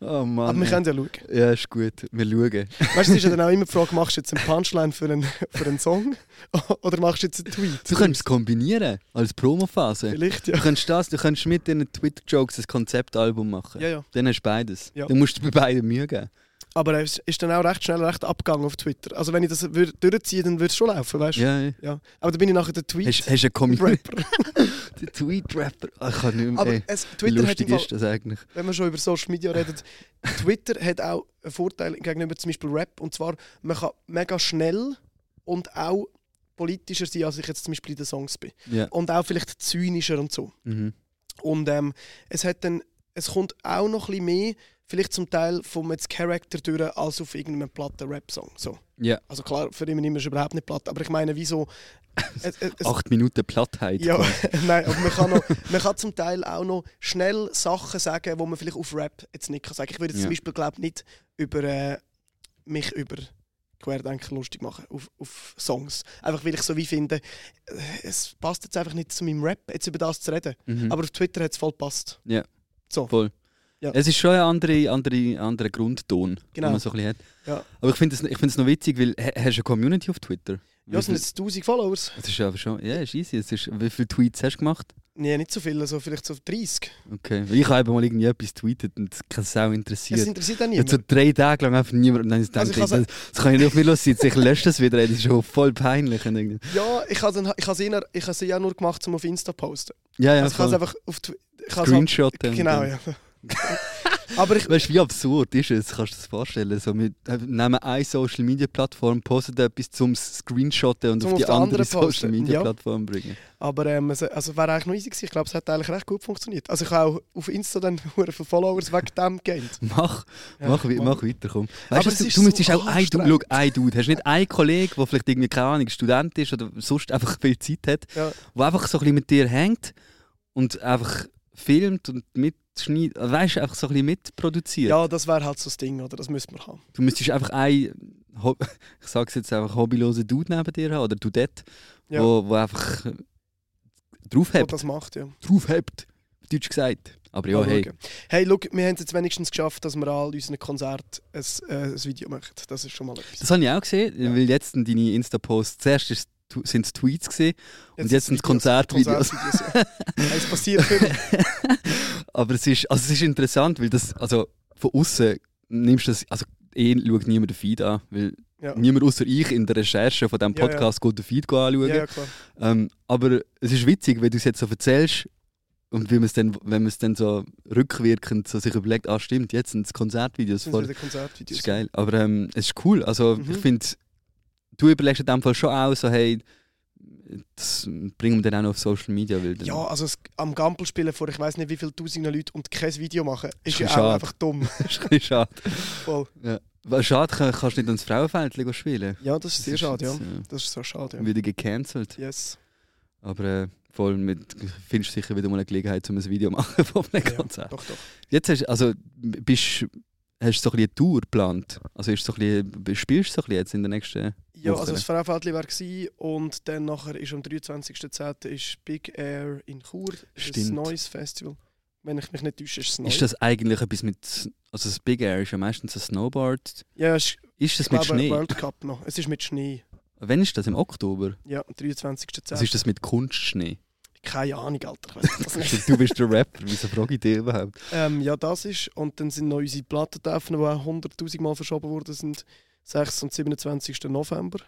Oh Mann.
Aber wir können ja schauen.
ja, ist gut. Wir schauen.
Weißt du, es ist ja dann auch immer die Frage, machst du jetzt einen Punchline für einen, für einen Song (laughs) oder machst du jetzt einen Tweet?
Du könntest es kombinieren als Promophase.
Vielleicht,
Du
ja.
könntest das, du könntest mit deinen Twitter-Jokes ein Konzeptalbum machen.
Ja, ja.
Dann hast du beides.
Ja.
Du musst dir bei beiden Mühe geben.
Aber es ist dann auch recht schnell recht abgegangen auf Twitter. Also wenn ich das würd durchziehe, dann würde es schon laufen, weißt du?
Ja, ja.
Ja. Aber dann bin ich nachher der
Hast
Tweet.
hast du einen Community?
Rapper.
Der (laughs) Tweet-Rapper. Ah, Ich kann nicht mehr.
(laughs) Aber
ey,
es,
wie
Twitter hat
lustig
im Fall,
ist das eigentlich?
wenn man schon über Social Media redet,
(laughs)
Twitter hat auch einen Vorteil gegenüber zum Beispiel Rap. Und zwar, man kann mega schnell und auch politischer sein, als ich jetzt zum Beispiel in den Songs bin.
Ja.
Und auch vielleicht zynischer und so.
Mhm.
Und ähm, es, hat dann, es kommt auch noch ein bisschen mehr, vielleicht zum Teil vom jetzt Charakter durch, als auf irgendeinem platten Rap-Song. So.
Ja.
Also klar, für ihn ist es überhaupt nicht platt, aber ich meine,
(laughs)
wieso. Es, es, es,
Acht Minuten Plattheit.
ja, (laughs) nein, aber man kann, noch, man kann zum Teil auch noch schnell Sachen sagen, die man vielleicht auf Rap jetzt nicht kann sagen. Ich würde jetzt
Ja.
zum Beispiel, glaube nicht über äh, mich über Querdenker lustig machen auf, auf Songs. Einfach weil ich so wie finde, äh, es passt jetzt einfach nicht zu meinem Rap, jetzt über das zu reden.
Mhm.
Aber auf Twitter hat es voll gepasst.
Voll.
Ja.
Es ist schon ein anderer, anderer, anderer Grundton,
Genau.
den man so ein bisschen hat.
Ja.
Aber ich finde es ich find's noch witzig, weil ha- hast du eine Community auf Twitter?
Ja, es sind
Wie viel-
jetzt 1000 Followers.
das ist einfach schon. Ja, ist easy. Es ist, wie viele Tweets hast du gemacht?
Nee, nicht so viel, also vielleicht so 30.
Okay. Weil Ich habe eben mal irgendwie etwas tweetet und es keine Sau
Es
interessiert.
interessiert auch
Jetzt so
niemand.
drei Tage lang einfach niemand. Und dann
Also
denke
ich
ich,
kann
das, das kann ich nicht auf mich lossitzen. Ich lösche das wieder. ey, Das ist schon voll peinlich. Und irgendwie-
Ja, ich habe ich habe sie ja- ich habe sie ja nur gemacht, um auf Insta zu posten.
ja, ja.
also ich habe es
voll.
einfach auf Twi- ich habe es halt,
Screenshot. und
Genau,
dann-
ja. (laughs) Aber ich,
Weißt du, wie absurd ist es? Kannst du dir das vorstellen? So, wir nehmen eine Social Media Plattform, posten etwas zum Screenshotten und
Zum
auf die
auf der
andere
anderen
Social
posten.
Media
Ja.
Plattform bringen.
aber ähm, es also wäre eigentlich noch easy gewesen. Ich glaube, es hat eigentlich recht gut funktioniert. Also ich habe auch auf Insta dann (laughs) hure viele Followers wegen dem gained.
Mach,
Ja,
mach, wi-
Mann.
mach weiter, komm.
Aber
Weißt du,
es
du,
ist
du müsstest
so
auch ein Dude,
anstrengend.
schau, ein Dude. Hast nicht einen Kollegen, der vielleicht irgendwie, keine Ahnung, Student ist oder sonst einfach viel Zeit hat,
Ja.
der einfach so ein bisschen mit dir hängt und einfach filmt und mitschneidet, also weißt du, einfach so ein bisschen mitproduziert.
Ja, das wäre halt so das Ding, oder? Das müsste man haben.
Du müsstest einfach einen, Ho- ich sag's jetzt einfach, hobbylosen Dude neben dir haben oder Dudette,
Ja.
wo, wo einfach
Und
draufhebt.
das macht, ja.
Draufhebt, auf Deutsch gesagt. Aber ja,
Mal
hey.
schauen. hey, look, wir haben es jetzt wenigstens geschafft, dass wir all unseren Konzert ein, äh, ein Video machen. Das ist schon mal etwas.
Das habe ich auch gesehen,
Ja.
weil jetzt sind deine Insta-Posts, zuerst ist- sind es Tweets gesehen und jetzt sind es
Videos.
Konzertvideos.
Konzertvideos, ja. Hey, es passiert viel.
(laughs) Aber es ist, also es ist interessant, weil das, also von außen nimmst du das, also eh schaut niemand den Feed an, weil
Ja.
niemand außer ich in der Recherche von diesem
Ja, ja.
Podcast geht den Feed anschauen.
Ja, ja, klar.
Ähm, aber es ist witzig, wenn du es jetzt so erzählst und wie man's dann, wenn man es dann so rückwirkend so sich überlegt, ah stimmt, jetzt sind es Konzertvideos
Sind
vor.
wieder
Das
Konzertvideos.
ist geil. Aber ähm, es ist cool. Also
Mhm.
ich finde, du überlegst in dem Fall schon auch so, hey, das bringen wir dann auch noch auf Social Media. Weil dann,
Ja, also es, am Gampel spielen vor ich weiß nicht wie vielen tausenden Leuten und kein Video machen, ist
Ist
ja auch
schade.
einfach
(laughs)
dumm.
(laughs) ist ein bisschen schade.
Voll.
Ja. Weil Schade, kann- kannst du nicht ans Frauenfeld gehen spielen.
Ja, das ist sehr schade, ja.
jetzt, äh,
Das ist so schade, ja.
Wieder gecancelt.
Yes.
Aber äh, voll mit, findest du sicher wieder mal eine Gelegenheit, um ein Video (laughs) zu machen von einem
Ja,
Konzert.
doch, doch.
Jetzt hast also bist hast so ein bisschen eine Tour geplant. Also ist so ein bisschen, spielst du so ein bisschen jetzt in der nächsten
Ja,
Woche.
also das Frauenfeld war gewesen und dann nachher ist am 23.10. ist Big Air in Chur. Ist
Stimmt.
ein neues Festival. Wenn ich mich nicht täusche, ist es neu.
Ist das eigentlich etwas mit also das Big Air ist ja meistens ein Snowboard.
ja, es ist,
Ist das
ich
mit
glaube,
Schnee?
World Cup noch. Es ist mit Schnee.
Wann ist das im Oktober?
Ja, am
Was
23.10.
ist das mit
(laughs)
Kunstschnee?
Keine Ahnung, Alter. Ich weiss
(laughs)
das nicht.
du bist der Rapper, wieso frage ich dich überhaupt?
Ähm, ja, das ist. Und dann sind noch unsere Plattentreffen, die auch 100.000 Mal verschoben worden sind. 6. und 27. November.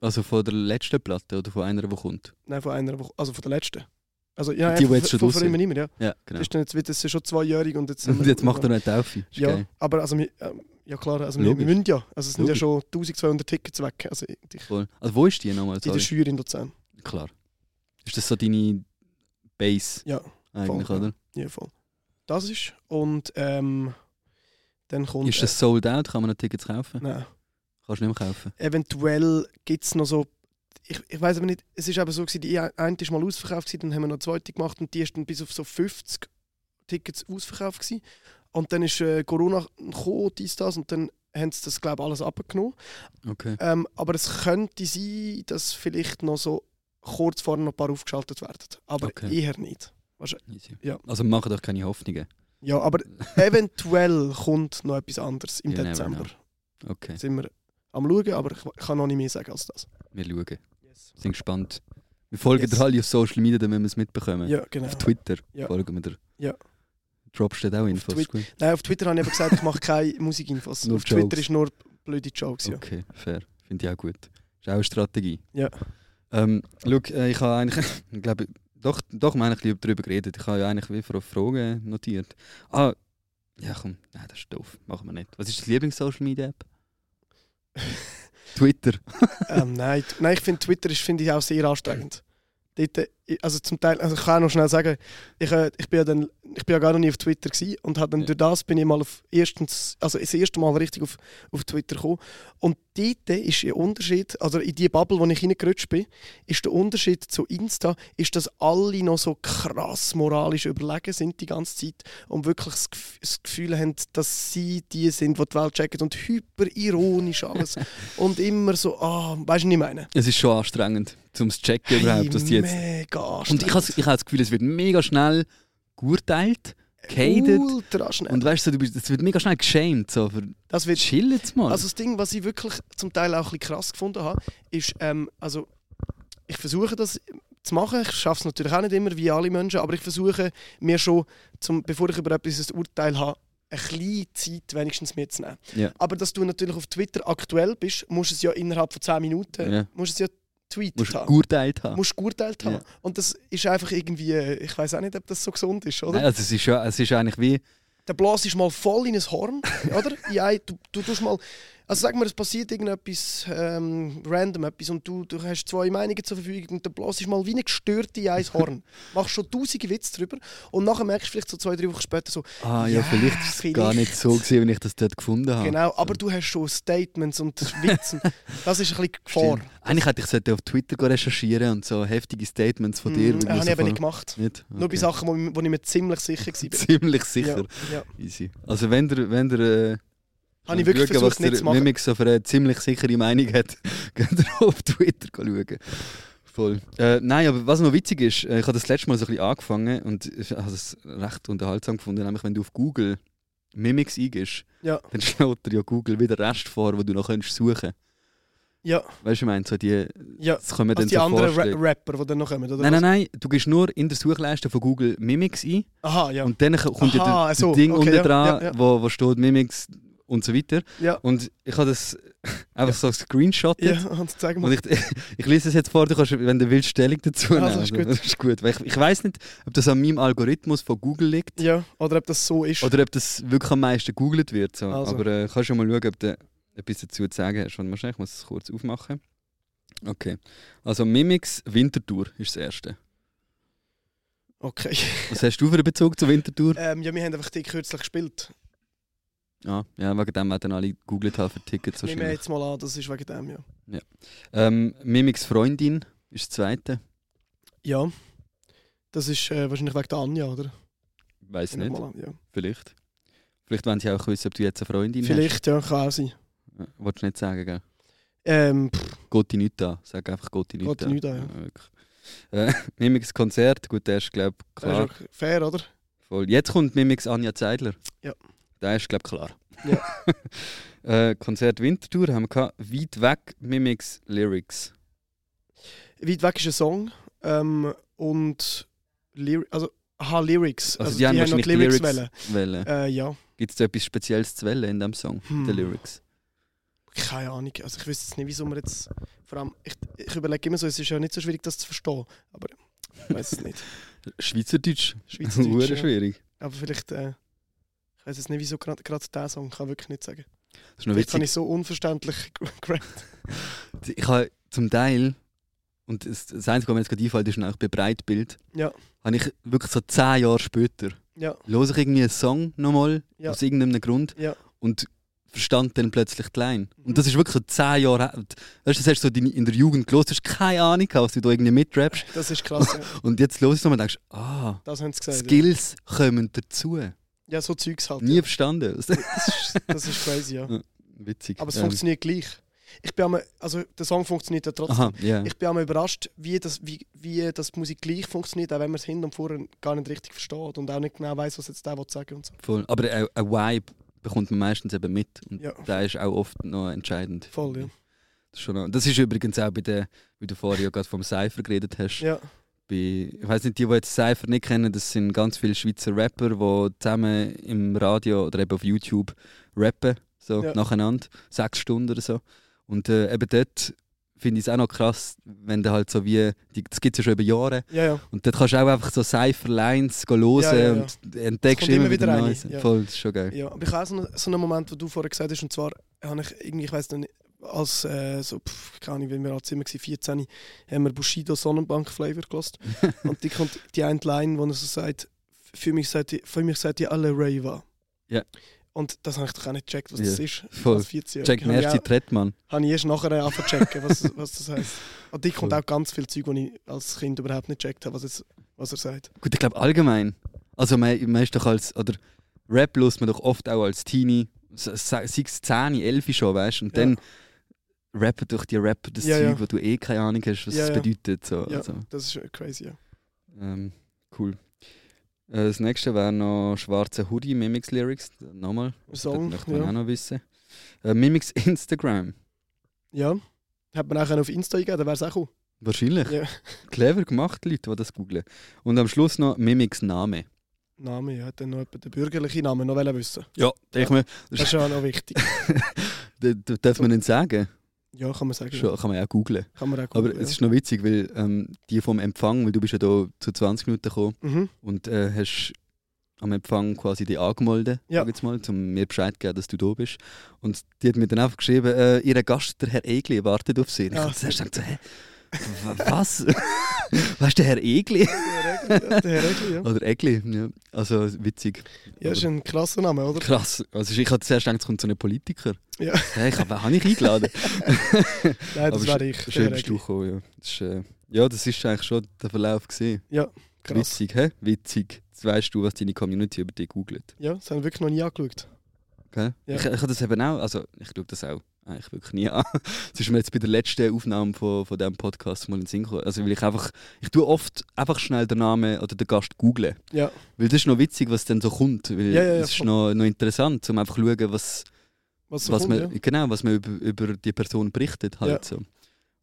Also von der letzten Platte oder von einer, die kommt?
Nein, von einer Woche. Also von der letzten. Also, ja,
Die, die
ja,
jetzt schon
von,
draus
von
sind.
immer immer, ja.
Ja, genau.
Das ist dann jetzt wieder, das ist schon zweijährig und
(laughs)
jetzt. sind
Und
wir-
jetzt macht er noch eine Taufe. Ist
Ja,
geil.
aber also, wir- ähm, ja klar, also wir,
Logisch.
wir müssen ja. Also es sind
Logisch.
ja schon 1200 Tickets weg. Also ich, ich-
Voll. Also wo ist die nochmal?
in der
Sorry.
Schür in Luzern.
Klar. Ist das so deine Base
Ja,
eigentlich,
voll, ja.
oder?
ja voll. Das ist. Und ähm, dann kommt.
Ist das sold out? Kann man noch Tickets kaufen?
Äh, nein.
Kannst du nicht mehr kaufen.
eventuell gibt es noch so. Ich, ich weiß aber nicht, es ist eben so, gewesen, die eine war mal ausverkauft, gewesen, dann haben wir noch eine zweite gemacht und die ist dann bis auf so 50 Tickets ausverkauft. Gewesen. Und dann ist äh, Corona gekommen, dies, das und dann haben sie das, glaube ich, alles abgenommen.
Okay.
Ähm, aber es könnte sein, dass vielleicht noch so kurz vorher noch ein paar aufgeschaltet werden. Aber
Okay.
eher nicht.
Easy.
Ja.
Also macht euch keine Hoffnungen.
Ja, aber
(laughs)
eventuell kommt noch etwas anderes im
You never
Dezember.
Okay,
Sind wir am Schauen, aber ich kann noch nicht mehr sagen als das.
wir schauen. Sind gespannt. Wir folgen
Yes.
dir alle auf Social Media, dann müssen wir es mitbekommen.
Ja, genau.
Auf Twitter
Ja.
folgen wir dir.
Ja.
Drop steht auch Infos.
Twitter.
gut.
Nein, auf Twitter habe ich eben gesagt, ich mache keine Musikinfos.
Nur
auf Twitter
Jokes.
ist nur blöde Jokes. Ja.
Okay, fair. Finde ich auch gut. Ist auch eine Strategie.
Ja.
Ähm, look, äh, ich habe eigentlich, (laughs) ich glaube, doch, doch, wir haben ein bisschen darüber geredet. Ich habe ja eigentlich wie vor Fragen notiert. Ah, ja komm, nein, das ist doof. Machen wir nicht. Was ist das
(laughs)
Lieblings-Social-Media-App? Twitter.
ähm, nein, t- nein, ich finde Twitter ist finde ich auch sehr anstrengend. Dort, äh, ich- also zum Teil, also ich kann auch noch schnell sagen, ich, äh, ich, bin, ja dann, ich bin ja gar noch nie auf Twitter gewesen und hab dann
Ja.
durch das bin ich mal auf erstens, also das erste Mal richtig auf, auf Twitter gekommen. Und dort ist der Unterschied, also in die Bubble, wo ich reingerutscht bin, ist der Unterschied zu Insta, ist, dass alle noch so krass moralisch überlegen sind die ganze Zeit und wirklich das Gef- das Gefühl haben, dass sie die sind, die die Welt checken und hyperironisch alles und immer so, ah, weißt du, was ich meine?
Es ist schon anstrengend, um es zu checken überhaupt, dass die jetzt...
Mega
Und ich habe ich habe das Gefühl, es wird mega schnell gurteilt, gehatet.
Ultra schnell.
Und weißt du, du bist- es wird mega schnell geschämt. So, für,
das wird
chill jetzt mal.
Also das Ding, was ich wirklich zum Teil auch ein bisschen krass gefunden habe, ist, ähm, also ich versuche das zu machen. Ich schaffe es natürlich auch nicht immer, wie alle Menschen, aber ich versuche mir schon, zum, bevor ich über etwas ein Urteil habe, ein bisschen Zeit wenigstens mitzunehmen.
Ja.
Aber dass du natürlich auf Twitter aktuell bist, musst du es ja innerhalb von 10 Minuten
ja.
musst du es ja tweetet
Musst du
haben.
gurteilt haben.
Musst du geurteilt haben.
Ja.
Und das ist einfach irgendwie, äh, ich weiß auch nicht, ob das so gesund ist, oder?
Nein, also es ist, ja, es ist eigentlich wie...
Dann blasst du mal voll in
(laughs)
ein Horn, oder? Ja, du, du tust mal. Also sag mal, es passiert irgendetwas ähm, random etwas und du, du hast zwei Meinungen zur Verfügung und dann blasst du mal wie eine gestörte
(laughs)
in ein Horn. Machst schon tausende Witze drüber und nachher merkst du vielleicht so zwei, drei Wochen später so,
Ah ja,
Ja,
vielleicht ist es gar
vielleicht.
nicht so gewesen, wie ich das dort gefunden habe.
genau, aber du hast schon Statements und Witze. das ist ein bisschen
(laughs)
Gefahr.
Stimmt. Eigentlich hätte ich sollte auf Twitter gehen recherchieren und so heftige Statements von dir.
Mhm,
weil
habe ich
so
eben nicht
voll-
gemacht.
Nicht?
Nur bei
Okay.
Sachen, wo, ich- wo ich mir ziemlich sicher war.
Ziemlich (laughs) sicher.
Ja, ja.
Easy. Also wenn der, wenn der äh,
Habe ich wirklich
schauen,
versucht, nicht
der
zu machen.
Mimix so für eine ziemlich sichere Meinung hat, (laughs) geht ihr auf Twitter schauen. Voll. Äh, nein, aber was noch witzig ist, äh, ich habe das letzte Mal so ein bisschen angefangen und ich habe es recht unterhaltsam gefunden, nämlich wenn du auf Google Mimix eingibst,
Ja.
dann (laughs) schlägt dir ja Google wieder Rest vor, wo du noch könntest suchen.
Ja,
Weißt du, ich meine, so die,
ja.
das kommen dann
Also die
so
anderen Ra
Vorschläge.
Rapper, die dann noch kommen, oder?
Nein,
was?
nein, nein, du gehst nur in der Suchleiste von Google Mimics ein
Aha, ja.
und dann kommt
Aha,
ja das
so,
Ding
okay,
unten
ja,
dran,
ja, ja.
Wo, wo steht Mimics und so weiter.
Ja.
Und ich habe das (laughs) einfach so gescreenshottet.
(laughs) Ja, und zeig mal.
Und ich, (laughs) ich lese es jetzt vor, du kannst, wenn du willst, Stellung dazu nehmen. Also,
Ah, das ist gut.
das ist gut. Weil ich ich weiß nicht, ob das an meinem Algorithmus von Google liegt
Ja, oder ob das so ist.
oder ob das wirklich am meisten gegoogelt wird. So.
Also.
Aber äh, kannst du mal schauen, ob du etwas dazu zu sagen hast. Warte mal schnell, Ich muss es kurz aufmachen. Okay. Also Mimics Winterthur ist das erste. (laughs)
Okay.
Was hast du für einen Bezug zu Winterthur?
Ähm, ja, wir haben einfach die kürzlich gespielt.
Ja, Ah, ja wegen dem werden alle gegoogelt haben für Tickets
Nehmen wir
wahrscheinlich.
jetzt mal an, das ist wegen dem, ja.
Ähm, Mimics Freundin ist das zweite.
Ja. Das ist äh, wahrscheinlich wegen der Anja, oder?
Weiß
Nehme ich
nicht,
mal an, ja.
vielleicht. Vielleicht wollen sie auch wissen, ob du jetzt eine Freundin
Vielleicht, ja, kann auch sein.
hast. Äh, Wolltest du nicht sagen, gell?
Ähm, pff,
Geht dich nicht an. Sag einfach, geht dich nicht
Geht dich
an.
nicht an, ja.
wirklich. äh, (laughs) Mimics Konzert, gut, der ist, glaube ich,
das ist
klar.
auch fair, oder?
Voll. Jetzt kommt Mimix Anja Zeidler.
Ja.
Der ist, glaube ich, klar. (laughs) äh, Konzert Winterthur haben wir gehabt. Weit weg Mimix Lyrics.
Weit weg ist ein Song. Ähm, und Lyri also, aha, Lyrics.
Also, die haben
noch
wahrscheinlich die Lyrics, Lyrics wählen.
Äh, ja,
Gibt es da etwas Spezielles zu wählen in diesem Song,
Hm.
den Lyrics?
keine Ahnung. Also ich wüsste jetzt nicht, wieso wir jetzt. Vor allem, ich, ich überlege immer so, es ist ja nicht so schwierig, das zu verstehen. Aber ich weiß es
(laughs)
nicht.
Schweizerdeutsch.
Schweizerdeutsch.
Hure
ja.
schwierig.
Aber vielleicht, äh, ich weiß jetzt nicht, wieso gerade gerade der Song, kann ich wirklich nicht sagen.
Das ist noch
Vielleicht
witzig.
habe ich so unverständlich (laughs) gerappt.
Ich, habe zum Teil, und das, das Einzige, was mir jetzt gerade einfällt, ist auch bei Breitbild,
Ja.
habe ich wirklich so zehn Jahre später,
Ja,
höre ich irgendwie einen Song nochmal,
Ja.
aus irgendeinem Grund,
Ja.
und verstand dann plötzlich die Line.
Mhm.
Und das ist wirklich so zehn Jahre her. Weißt du, das hast du so deine- in der Jugend gehört, du hast keine Ahnung, gehabt, was du da irgendwie mitrappst.
das ist krass. ja.
Und jetzt hörst du es nochmal und denkst, ah,
Das haben sie gesagt.
Skills kommen dazu.
Ja, ja so Zeugs halt.
Nie verstanden. (laughs)
Das ist, das ist crazy, ja.
Witzig.
Aber es
Ähm,
funktioniert gleich. ich bin einmal, also der Song funktioniert ja trotzdem.
Ähm, Aha, ja.
Ich bin einmal überrascht, wie das, wie, wie das die Musik gleich funktioniert, auch wenn man es hinten und vorne gar nicht richtig versteht und auch nicht genau weiß, was jetzt der will sagen und so.
Voll. Aber ein, ein Vibe bekommt man meistens eben mit. Und
Ja.
der ist auch oft noch entscheidend.
Voll, ja.
Das ist, schon noch, das ist übrigens auch bei der, wie du vorher ja gerade vom Cypher geredet hast.
Ja,
Bei, ich weiß nicht, die, die jetzt Cypher nicht kennen, das sind ganz viele Schweizer Rapper, die zusammen im Radio oder eben auf YouTube rappen, so
Ja.
nacheinander, sechs Stunden oder so. Und äh, eben dort finde ich es auch noch krass, wenn du halt so wie, die, das gibt es ja schon über Jahre,
ja, ja.
und dort kannst du auch einfach so Cypher-Lines hören
Ja, ja, ja.
und entdeckst
Es kommt
immer
immer
wieder,
wieder
Neues.
eine, ja.
Voll, das ist schon geil.
ja. Aber ich habe so, einen- so einen Moment, wo du vorher gesagt hast, und zwar habe ich irgendwie, ich weiß nicht, als, äh, so, pff, keine Ahnung, wenn wir als Zimmer waren, 14, haben wir Bushido Sonnenbank Flavor
(laughs)
gelassen. und die kommt die eine Line, wo er so sagt, für mich seid ihr, für mich seid ihr alle Raver.
Ja.
Und das habe ich doch auch nicht gecheckt, was
Ja,
das ist.
voll.
Als 14
Jack Merci Trettmann.
habe ich erst nachher angefangen zu checken,
(laughs)
was, was das heisst. Und die kommt
Cool.
auch ganz viel Zeug, die ich als Kind überhaupt nicht gecheckt habe, was, jetzt, was er sagt.
Gut, ich glaube allgemein. Also man, man ist doch als, oder Rap lust man doch oft auch als Teenie, se- se- sei es 10, 11 schon, weißt du, und
Ja.
dann rappen durch die Rapper das
Ja,
Zeug,
ja.
wo du eh keine Ahnung hast, was
Ja,
es
ja.
bedeutet. So.
Ja.
Also,
Das ist crazy, ja.
ähm, cool. Äh, Das nächste wäre noch «Schwarze Hoodie» Mimics Lyrics. Nochmal, das
Song,
möchte man auch
ja.
noch wissen. Äh, Mimics Instagram.
ja. Hat man auch auf Insta eingegeben, dann wäre es auch cool.
Wahrscheinlich.
Ja.
Clever gemacht, die Leute, die das googeln. Und am Schluss noch Mimics Name.
Name, ja, hat dann noch jemand den bürgerlichen Namen noch wollen wissen
Ja, ich mir,
Das ist ja auch noch wichtig.
d- d- darf man nicht sagen.
Ja, kann man sagen.
Schon, kann man ja auch googlen.
Kann man auch
Aber
googeln,
es
ja.
ist noch witzig, weil ähm, die vom Empfang, weil du bist ja da zu 20 Minuten gekommen
Mhm.
und äh, hast am Empfang quasi die angemeldet,
Ja.
sag jetzt mal, um mir Bescheid zu geben, dass du da bist. Und die hat mir dann einfach geschrieben, äh, ihr Gast, der Herr Egli, wartet auf sie. Und ich
Ah.
habe zuerst gedacht, so, hä? W- Was? (laughs) Was ist der Herr Egli?
Der Regli, ja, der Regli, ja.
Oder Egli, ja. Also witzig.
ja, ist ein krasser Name, oder?
Krass. Also ich hatte zuerst gedacht, es kommt so ein Politiker.
Ja.
Hey, ich habe ich
(laughs)
eingeladen.
Nein, das
Aber
wäre ich.
Schön
Der
bist du
Regli.
gekommen, ja. Das ist, äh, ja, das ist eigentlich schon der Verlauf gesehen.
Krass.
Witzig, hä? Witzig. Jetzt weißt du, was deine Community über dich googelt.
Ja, das haben wir wirklich noch nie angeschaut.
Gell?
Ja.
Ich, ich habe das eben auch, also ich schaue das auch eigentlich wirklich nie an. (laughs) Das ist mir jetzt bei der letzten Aufnahme von, von diesem Podcast mal in den Sinn gekommen. Also weil ich einfach, ich tue oft einfach schnell den Namen oder den Gast googlen.
Ja.
Weil das ist noch witzig, was dann so kommt. Weil
Ja, ja, ja,
es ist
voll.
noch, noch interessant, um einfach zu schauen, was,
Was, so
was
kommt,
man, genau, was man über, über die Person berichtet halt so.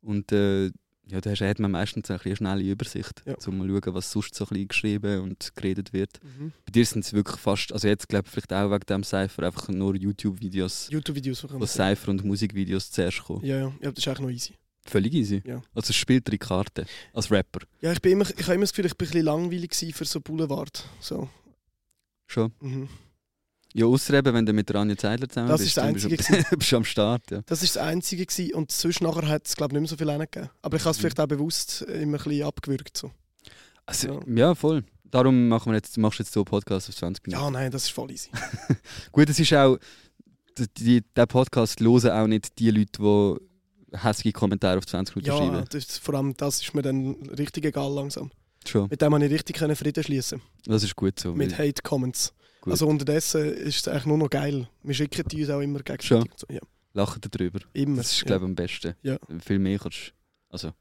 Und äh, ja, da hast- hat man meistens eine bisschen schnelle Übersicht,
Ja.
um mal zu schauen, was sonst so ein bisschen geschrieben und geredet wird.
ja. mhm.
Bei dir sind es wirklich fast, also jetzt glaube ich vielleicht auch wegen dem Cypher, einfach nur YouTube-Videos,
YouTube-Videos
wo
bekommen.
Cypher und Musikvideos zuerst kommen.
Ja, ja, ja, das ist eigentlich noch easy.
Völlig easy.
Ja.
Also es spielt drei Karten als Rapper.
Ja, ich, bin immer, ich habe immer das Gefühl, ich bin ein bisschen langweilig gewesen für so Boulevard. So.
Schon.
Mhm.
Ja, ausser eben, wenn du mit der Anja Zeidler zusammen
Das
Ah, bist.
ist das
dann bist du-
Einzige
bist du am (laughs) Start, ja.
Das war das Einzige gewesen. und sonst nachher hat es glaube ich nicht mehr so viel reingegeben. Aber ich habe es
Mhm.
vielleicht auch bewusst äh, immer ein bisschen abgewürgt. So.
Also, ja. voll. Darum machen wir jetzt, machst du jetzt so einen Podcast auf 20 Minuten.
Ja, nein, das ist voll easy.
Gut, es ist auch, d- die, der Podcast hören auch nicht die Leute, die hässliche Kommentare auf 20 Minuten
ja,
schreiben.
das, vor allem das ist mir dann richtig egal langsam.
Schon.
Mit dem habe ich richtig können Frieden schließen
Das ist gut so.
mit
weil-
Hate Comments.
Mhm. Gut.
Also unterdessen ist es eigentlich nur noch geil. Wir schicken die uns auch immer gegenseitig.
Schon.
und So. Ja,
Lachen darüber.
immer.
Das ist, glaube ich, am besten.
Ja.
Viel mehr kannst Also,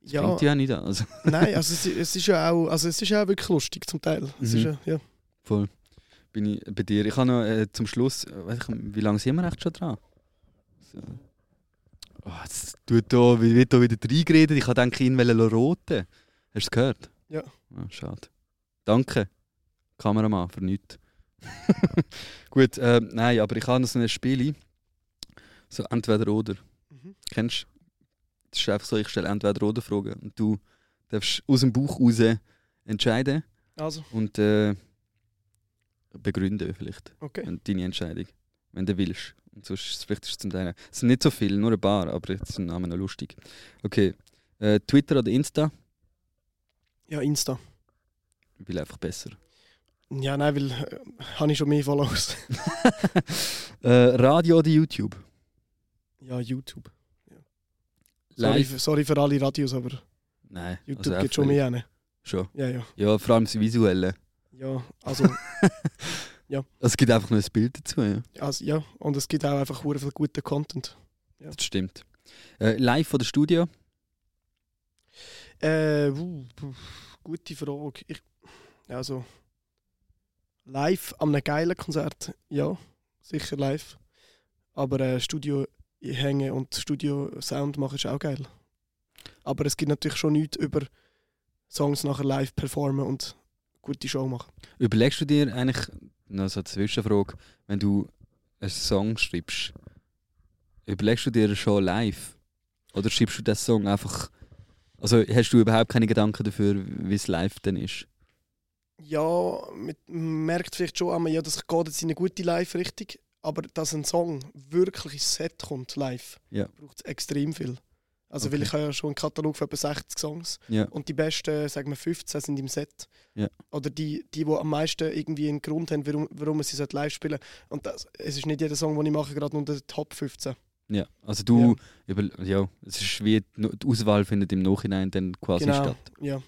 das
ja.
bringt ja auch nicht an. Also,
(laughs) Nein, also es, es ist ja auch, also es ist ja auch wirklich lustig zum Teil. Es
Mhm.
ist ja, ja.
voll. Bin ich bei dir. Ich habe noch äh, zum Schluss, äh, weiss ich, wie lange sind wir echt schon dran? So. Oh, jetzt tut da, wird da wieder reingeredet. Ich denke, ihn wollen lassen roten. Hast du es gehört?
Ja.
Ah, schade. Danke, Kameramann, für nichts. (laughs) Gut, äh, nein, aber ich habe noch so ein Spiel. So entweder oder.
Mhm.
Kennst du? Das ist einfach so, ich stelle entweder oder Fragen. Und du darfst aus dem Bauch raus entscheiden
Also,
und äh, begründen vielleicht
okay.
und deine Entscheidung, wenn du willst. Und sonst ist es vielleicht ist es zum Teil. Es sind nicht so viele, nur ein paar, aber jetzt sind Namen noch lustig. Okay, äh, Twitter oder Insta?
Ja, Insta.
Ich will einfach
(laughs)
besser. (laughs)
Ja, nein, weil äh, habe ich schon mehr Followers.
äh, Radio oder YouTube?
(laughs) Ja, YouTube. Sorry,
Live?
für- sorry für alle Radios, aber
Nein.
YouTube
also auch
geht schon
völlig-
mehr rein.
Schon.
Ja, ja.
Ja, vor allem das Visuelle. Also
Ja, also,
Es gibt einfach nur ein Bild dazu, ja.
also ja. Und es gibt auch einfach sehr viel guten Content.
Das stimmt. Äh, live von der Studio?
Äh, uh, puh, gute Frage. Ich, also, live an einem geilen Konzert, ja, sicher live. Aber äh, Studio hängen und Studio Sound machen ist auch geil. Aber es gibt natürlich schon nichts über Songs nachher live performen und gute Show machen.
Überlegst du dir eigentlich, noch so eine Zwischenfrage, wenn du einen Song schreibst, überlegst du dir schon live? Oder schreibst du den Song einfach. Also hast du überhaupt keine Gedanken dafür, wie es live dann ist?
Ja, mit, man merkt vielleicht schon einmal, ja, das geht jetzt in eine gute Live-Richtung, aber dass ein Song wirklich ins Set kommt, live,
Ja.
braucht es extrem viel. Also, weil
Okay.
ich habe ja schon einen Katalog von etwa 60 Songs
Ja.
und die besten, sagen wir 15, sind im Set.
Ja.
Oder die, die, die am meisten irgendwie einen Grund haben, warum, warum man sie sollte live spielen Und das, es ist nicht jeder Song, den ich mache, gerade unter den Top 15.
Ja. Also du über ja, es ist wie die die Auswahl findet im Nachhinein dann quasi
Genau.
statt.
Ja.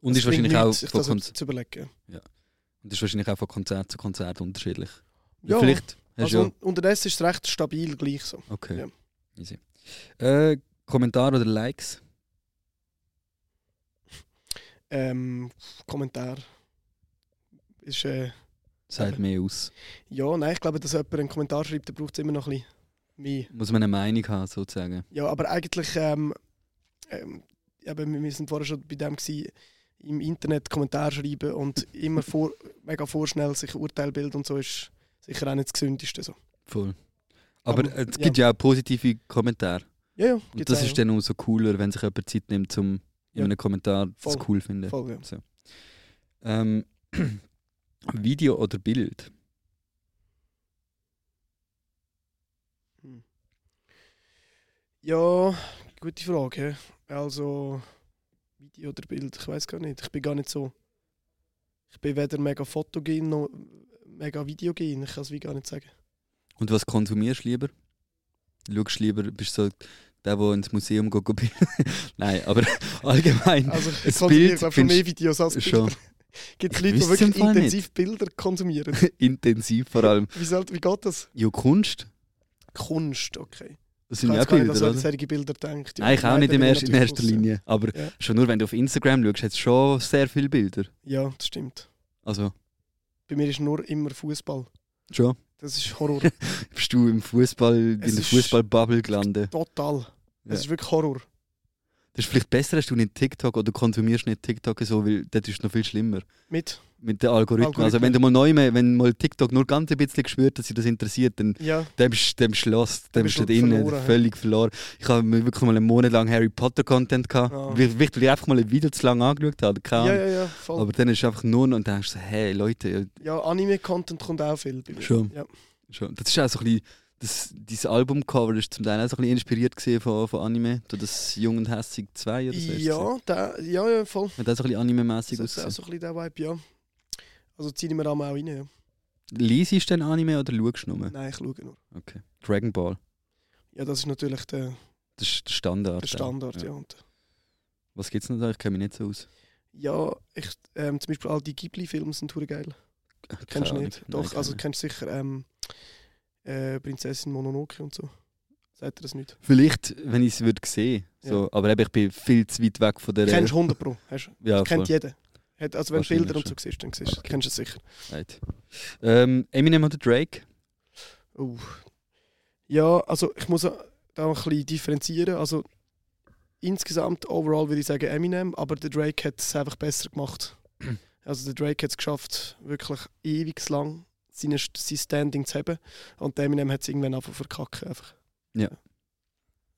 Und
Es
ist wahrscheinlich
bringt
auch
nichts, sich
von
das
Konzert,
zu überlegen.
und ist wahrscheinlich auch von Konzert zu Konzert unterschiedlich.
Ja,
Vielleicht hast
also
du ja.
un- unterdessen ist es recht stabil gleich so.
Okay.
ja.
Easy. Äh, Kommentar oder Likes?
Ähm, Kommentar. Ist, äh,
Sagt
Eben.
mehr aus.
ja, nein, ich glaube, dass jemand einen Kommentar schreibt, dann braucht es immer noch ein bisschen mehr.
Muss man eine Meinung haben sozusagen.
Ja, aber eigentlich, ähm, ähm, eben, wir sind vorher schon bei dem gewesen, im Internet Kommentar schreiben
(laughs)
und immer vor, mega vorschnell sich Urteil bilden und so ist sicher auch nicht das Gesündeste. So.
Voll. Aber,
Aber,
es
ja.
gibt ja auch positive Kommentare.
Ja, ja,
Und
gibt's
das
auch,
ist
ja.
dann umso cooler, wenn sich jemand Zeit nimmt, um in
Ja.
einem Kommentar das
Voll.
cool zu finden.
Voll, ja.
Ähm, (clears throat) Video oder Bild?
Hm. Ja, gute Frage. hä? Also, Video oder Bild, ich weiß gar nicht. Ich bin gar nicht so. Ich bin weder mega fotogen noch mega videogen. Ich kann es wie gar nicht sagen.
Und was konsumierst du lieber? Schaust du lieber, bist du so der, der ins Museum geht, go- (laughs) Nein, aber (laughs) allgemein.
Also,
(laughs) Ein
ich konsumiere,
Bild
glaube schon mehr
findest-
Videos als Bilder. (laughs)
Schon
Gibt es
Ich
Leute, die
wüsste im
wirklich
Fall nicht.
intensiv Bilder konsumieren?
(laughs) intensiv vor allem.
Wie, soll, wie geht das?
Ja, Kunst,
Kunst, okay.
das
Ich
sind
kann
ja auch
jetzt gar
Bilder,
nicht, dass er
oder?
an solche Bilder denkt. Ja,
Nein, ich auch nicht
da
im
bin ich
erst, in
natürlich
erster
draussen.
Linie. Aber
Ja.
schon nur, wenn du auf Instagram schaust, hat es schon sehr viele Bilder.
Ja, das stimmt.
Also,
Bei mir ist nur immer Fußball.
schon.
Das ist
(laughs)
Horror.
Bist du im Fußball, in
Es
der
ist-
Fußballbubble gelandet?
Total.
Ja.
Es ist wirklich Horror.
Das ist vielleicht besser, hast du nicht TikTok oder konsumierst nicht TikTok so, weil das ist noch viel schlimmer
Mit.
mit den Algorithmen.
Algorithmen.
Also wenn du mal neu, wenn mal TikTok nur ganz ein bisschen gespürt, dass sie das interessiert, dann
Ja.
dem bist dem bist du lost,
Dann
dem bist du
bist du
drin,
verloren,
völlig verloren. Ich habe mir wirklich mal einen Monat lang Harry Potter Content gehabt,
Ah.
weil weil ich einfach mal ein Video zu lange angeschaut habe, keine
ja,
Ahnung.
ja, ja, voll.
Aber dann ist es einfach nur noch und denkst so, hey Leute,
ja, Anime-Content kommt auch viel. bei mir.
Schon.
Ja.
schon. das ist auch so ein bisschen, das, dieses Albumcover ist zum Teil auch so ein bisschen inspiriert gewesen von, von Anime, durch das Jung und Hässig 2 oder so. ist es gewesen.
Ja, der, ja, ja, voll.
Hat auch so ein bisschen Anime-mässig
Das ist
ausgesehen.
auch so ein bisschen der Vibe, ja. Also ziehe ich mir da mal auch rein, ja.
Liesest du denn Anime oder schaust du nur?
Nein, ich schaue nur.
Dragon Ball.
Ja, das ist natürlich der,
Das ist der Standard.
der
ja.
Standard,
Ja.
ja. Und
Was gibt es noch da? Ich kenne mich nicht so aus.
Ja, ich, ähm, zum Beispiel all die Ghibli-Filme sind hure geil. Kennst du
Keine
nicht?
Ahnung.
Doch,
Nein,
also
keine.
kennst du sicher ähm, äh, Prinzessin Mononoke und so. Sagt ihr das nicht?
Vielleicht, wenn ich es würde sehen. So, Aber eben, ich bin viel zu weit weg von der. äh,
Kennst du 100 Pro. Hast,
Ja,
kennt
voll.
jeder. Hat, also wenn du
Wahrscheinlich
Bilder und so siehst, dann siehst, du-
Okay.
kennst du es sicher.
Right. Ähm, Eminem oder Drake?
Uh. Ja, also ich muss da ein bisschen differenzieren. Also insgesamt, overall würde ich sagen Eminem, aber der Drake hat es einfach besser gemacht. Also der Drake hat es geschafft, wirklich ewig lang seine, sein Standing zu haben. Und der Eminem hat es irgendwann einfach verkackt. Einfach.
Ja.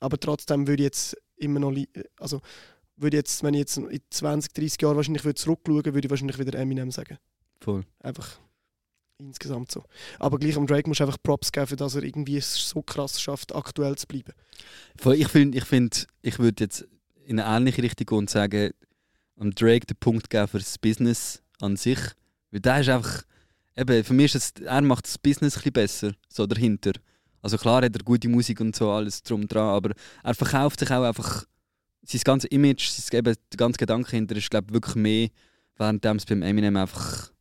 Aber trotzdem würde ich jetzt immer noch, li- also würde ich jetzt, wenn ich jetzt in 20, 30 Jahren wahrscheinlich würde zurückschauen würde, würde ich wahrscheinlich wieder Eminem sagen
Voll.
einfach insgesamt so. Aber gleich am Drake musst du einfach Props geben, für dass er irgendwie es so krass schafft, aktuell zu bleiben.
voll. Ich finde, ich, find, ich würde jetzt in eine ähnliche Richtung gehen und sagen, am Drake den Punkt geben für das Business an sich. Weil der ist einfach. Eben, für mich ist es, er macht das Business ein bisschen besser, so dahinter. Also klar hat er gute Musik und so alles drum dran, aber er verkauft sich auch einfach sein ganzes Image, sein eben, der ganze Gedanke hinter ist, glaube ich, wirklich mehr, während es beim Eminem einfach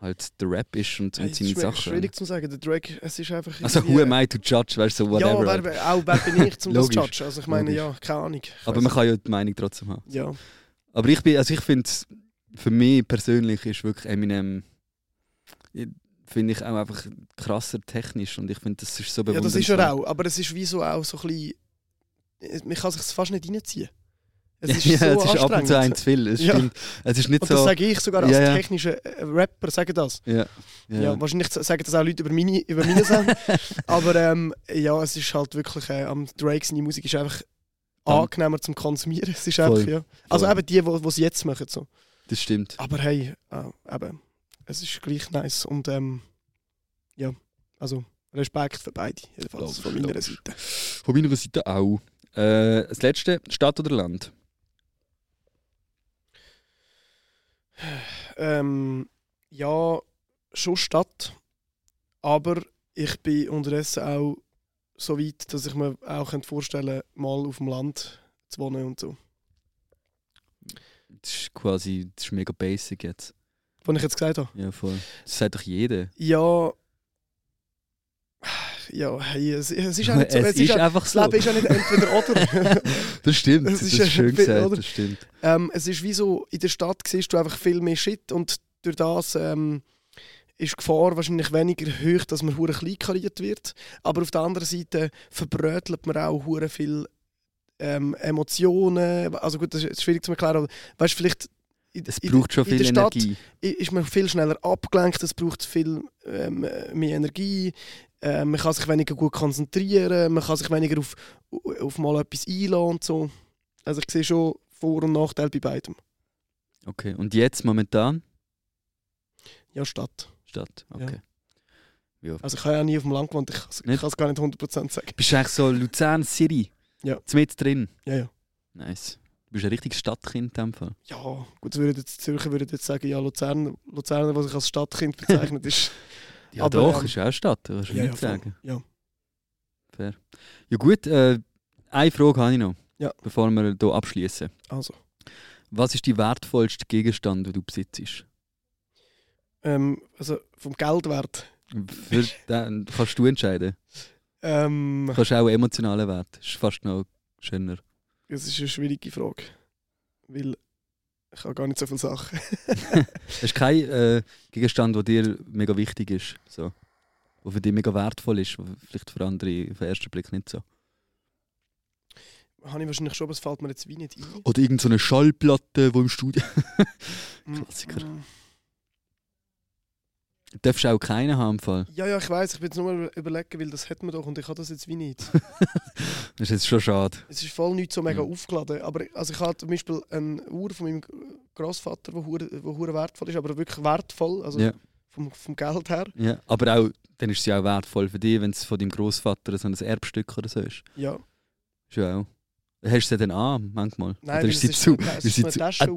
halt der Rap ist und,
Hey,
und
das
seine
ist mega
Sachen.
schwierig zu sagen. Der Drag, es ist einfach.
Also
irgendwie-
who am I to judge, weißt du, so
Ja,
whatever.
wer, wer- auch wer bin
(laughs)
ich, um das zu
Logisch,
judgen? Also ich meine,
logisch.
ja, keine Ahnung. Ich
aber
weiss
man kann ja die Meinung trotzdem haben.
nicht. Ja,
Aber ich bin, also ich finde, für mich persönlich ist wirklich Eminem, finde ich auch einfach krasser technisch und ich finde, das ist so
ja das
bewundernswert. (laughs)
ist er auch. Aber es ist wieso auch so ein bisschen. Man kann sich fast nicht reinziehen. Es
(laughs)
ist
ja,
so
es ist ab und
anstrengend.
zu ein zu viel. Es
Ja.
stimmt. Es ist nicht
Und das
so.
sage ich sogar als
Ja, ja.
technischer äh, Rapper, sage das.
ja,
Ja. wahrscheinlich sagen das auch Leute über meine, über
(laughs)
meine Sachen. Aber ähm, ja, es ist halt wirklich, äh, am Drake seine Musik ist einfach
Dann-
angenehmer zum Konsumieren. (laughs) Es ist
Voll,
einfach, ja. Also
voll.
eben die, die es jetzt machen. So.
das stimmt.
Aber hey, äh, eben, es ist gleich nice. Und ähm, ja, also Respekt für beide, jedenfalls
Logisch,
von meiner
logisch.
Seite.
Von meiner Seite auch. Äh, das letzte, Stadt oder Land?
Ähm, ja, schon Stadt, aber ich bin unterdessen auch so weit, dass ich mir auch könnte vorstellen mal auf dem Land zu wohnen und so.
Das ist quasi, das ist mega basic jetzt.
Was ich jetzt gesagt habe.
Ja, voll. Das sagt doch jeder.
Ja, ja, hey, es, es
(laughs)
ist auch nicht so.
es
es ist halt, auch,
einfach
das
so.
Leben ist ja nicht
(laughs)
entweder oder.
das stimmt,
Es
das
ist
ist,
ein
schön
Bild,
gesagt,
oder?
das stimmt.
Ähm, es ist wie so, in der Stadt siehst du einfach viel mehr Shit und durch das ähm, ist die Gefahr wahrscheinlich weniger hoch, dass man hure kleinkariert wird. Aber auf der anderen Seite verbrötelt man auch hure viel ähm, Emotionen. Also gut, das ist schwierig zu erklären, aber weißt, vielleicht in,
Es
in-
braucht schon
in
viel
der Stadt
Energie.
i- ist man viel schneller abgelenkt, es braucht viel ähm, mehr Energie, äh, man kann sich weniger gut konzentrieren, man kann sich weniger auf, auf mal etwas einlassen und so. Also ich sehe schon Vor- und Nachteile bei beidem.
Okay, und jetzt momentan?
Ja, Stadt.
Stadt,
Ja.
okay. Ja.
Also ich habe ja nie auf dem Land gewohnt, ich kann's- ich
Nicht?
kann es gar nicht 100% sagen.
Bist du eigentlich so Luzern City?
Ja.
Mit drin?
Ja, ja.
Nice. Du bist ein richtiges Stadtkind in dem Fall.
Ja, gut, das würde jetzt, die Zürcher würden jetzt sagen, ja, Luzern, Luzern, was ich als Stadtkind bezeichnet
(laughs)
ist.
Ja,
Aber,
doch,
ähm,
ist auch Stadt, kannst du
ja,
nicht
ja, voll.
sagen.
Ja.
Fair. Ja gut, äh, eine Frage habe ich noch,
Ja.
bevor wir hier abschließen.
Also,
Was ist die wertvollste Gegenstand, den du besitzt?
ähm, also vom Geldwert. (laughs)
Für den kannst du entscheiden.
Ähm,
Du kannst auch emotionalen Wert. Ist fast noch schöner.
das ist eine schwierige Frage, weil ich habe gar nicht so viele Sachen. (laughs)
Hast du keinen äh, Gegenstand, der dir mega wichtig ist? So. Der für dich mega wertvoll ist? wo Vielleicht für andere auf den ersten Blick nicht so.
habe ich wahrscheinlich schon, aber es fällt mir jetzt wie nicht ein.
Oder irgendeine so eine Schallplatte, die im
(laughs)
Studio... (laughs) Klassiker.
Mm, mm.
Du darfst auch keinen haben im Fall.
Ja, ja, ich weiß, ich bin jetzt nur mal überlegen, weil das hat man doch und ich habe das jetzt
(laughs)
wie nicht.
Das ist jetzt schon schade.
es ist voll nicht so mega
Mhm.
aufgeladen, aber also ich habe zum Beispiel eine Uhr von meinem Großvater, die hure, wo hure wertvoll ist, aber wirklich wertvoll, also
Ja.
vom, vom Geld her.
Ja, aber auch, dann ist sie auch wertvoll für dich, wenn es von deinem Großvater so ein Erbstück oder so ist.
Ja,
Ist ja auch. Hast du sie dann an, manchmal?
Nein,
oder
weil
ist
es
sie
ist
zu?
eine- es
ist
ist
sie
eine
zu-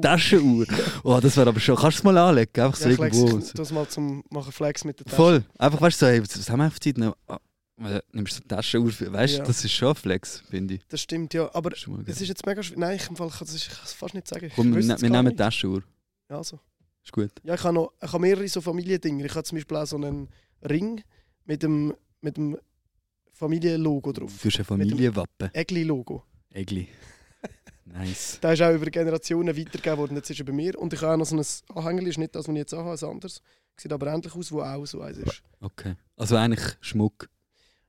Eine Taschenuhr.
Taschenuhr. (laughs)
Oh, das wäre aber schon. Kannst du es mal anlegen? Einfach so
ja ich lege
irgendwo.
es- das mal zum machen Flex mit der Tasche.
Voll. Einfach, weißt du, so, hey, was haben wir auf Zeit? Noch? Ah, äh, nimmst du so eine Taschenuhr? für- Weißt du,
Ja.
das ist schon ein Flex, finde ich.
Das stimmt ja, aber
Das ist schon mal geil.
es ist jetzt mega schwierig. Nein, ich, im Fall, ich kann das- ich kann es fast nicht sagen. Ich
Komm, wir,
wüsste
ne-
es
wir
gar
nehmen eine
nicht.
Taschenuhr.
Ja, also.
Ist gut.
Ja, ich habe noch ich habe mehrere so Familiendinger. Ich habe zum Beispiel auch so einen Ring mit dem, mit dem Familienlogo
Du
drauf.
hast ein
Mit dem-
Familienwappen.
Egli-Logo. (laughs)
Egli. Nice.
Der ist auch über Generationen weitergegeben worden. Jetzt ist er bei mir. Und ich habe auch noch so ein Anhängerli, ist nicht das, was ich jetzt habe, ist anderes. Sieht aber ähnlich aus, wo auch so eins ist.
Okay. Also eigentlich Schmuck.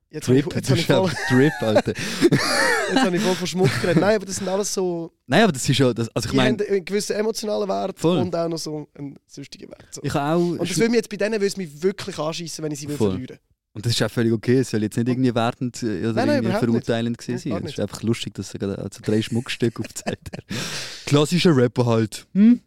Jetzt habe ich,
Trip.
jetzt
Du
habe ich,
bist
voll,
einfach Trip,
(laughs)
Alter.
jetzt habe ich voll von Schmuck geredet. Nein, aber das sind alles so...
Nein, aber das ist ja. Das, also ich
Die haben
meine,
einen gewissen emotionalen Wert
Voll.
und auch noch so einen sonstigen Wert. So.
ich habe auch.
Und das würde mich jetzt bei denen würde es mich wirklich anschießen, wenn ich sie will
Voll.
verlieren
Und das ist auch völlig okay, es soll jetzt nicht irgendwie wertend äh, oder
Nein, nein,
irgendwie
überhaupt
verurteilend gewesen
Nein,
sein.
gar
Es ist einfach lustig, dass er gerade also drei Schmuckstücke aufgezeigt hat. Klassischer Rapper halt. Hm?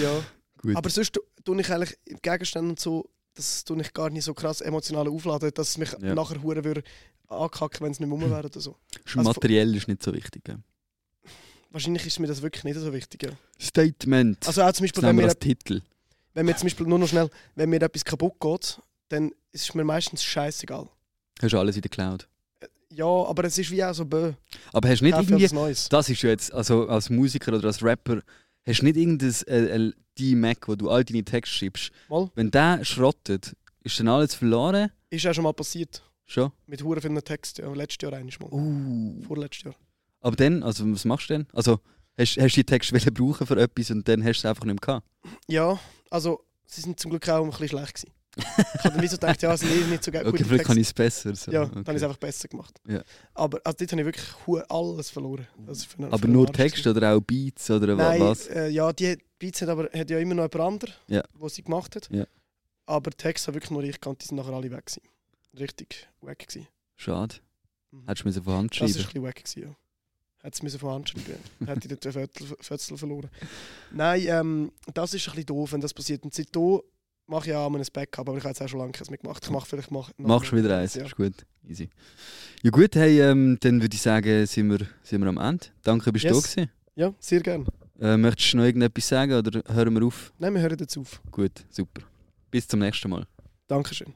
Ja.
Gut.
Aber sonst tu- tue ich eigentlich im Gegenstand und so, das tue ich gar nicht so krass emotional aufladen, dass es mich
Ja.
nachher hure würde ankacken, wenn es nicht mehr rum wäre oder so.
Ist
also-
materiell ist nicht so wichtig. Ja.
Wahrscheinlich ist mir das wirklich nicht so wichtig. Ja.
Statement.
Also auch zum
das
Beispiel, wenn
nehmen wir
mir,
als Titel.
wenn mir zum Beispiel nur noch schnell, wenn mir etwas kaputt geht, dann ist es mir meistens scheißegal.
Hast du alles in der Cloud.
Ja, aber es ist wie auch so bö.
Aber hast du nicht
Kauf ja
irgendwie.
was Neues.
Das ist ja jetzt, also als Musiker oder als Rapper, hast du nicht irgendein äh, ein dein Mac, wo du all deine Texte schreibst,
Mal.
wenn der schrottet, ist dann alles verloren?
Ist auch schon mal passiert.
Schon?
Mit Huren vielen Texten. Ja, letztes Jahr einmal. Mal.
Uh.
Vorletztes Jahr.
Aber dann, also was machst du denn? Also hast, hast du die Texte wollen brauchen für etwas und dann hast du es einfach nicht mehr gehabt?
Ja, also sie sind zum Glück auch ein bisschen schlecht gewesen. Ich habe dann wieso gedacht, ja, es sind eh nicht so ge-
Okay,
gute
vielleicht
Texte.
kann ich es besser. So.
Ja,
okay.
dann ist es einfach besser gemacht.
Ja.
Aber also dort habe ich wirklich hu- alles verloren. Also für für
Aber
einen
nur
Arsch
Texte oder auch Beats oder wa-
Nein,
was?
Äh, ja, die Beats hat aber hat ja immer noch jemand anderer,
Ja.
wo sie gemacht hat.
Ja.
Aber die Texte habe wirklich nur ich gekannt, die sind nachher alle weg gewesen. Richtig wack gewesen.
Schade.
Mhm.
Hättest du müssen von Hand
Das ist ein
schreiben
bisschen wack gewesen, ja. Hätte es müssen von Hand schreiben. Hätte ich dort Viertel, Viertel verloren. Nein, ähm, das ist ein bisschen doof, wenn das passiert. Und seitdem mache ich auch mal ein Backup, aber ich habe jetzt auch schon lange keins mehr gemacht. Ich mache vielleicht mach, noch-
Machst du wieder eins,
Ja.
ist gut. Easy. Ja gut, hey, ähm, dann würde ich sagen, sind wir, sind wir am Ende. Danke, bist
Yes.
du da gewesen.
Ja, sehr gerne.
Äh, möchtest du noch irgendetwas sagen oder hören wir auf?
Nein, wir hören jetzt auf.
Gut, super. Bis zum nächsten Mal.
Dankeschön.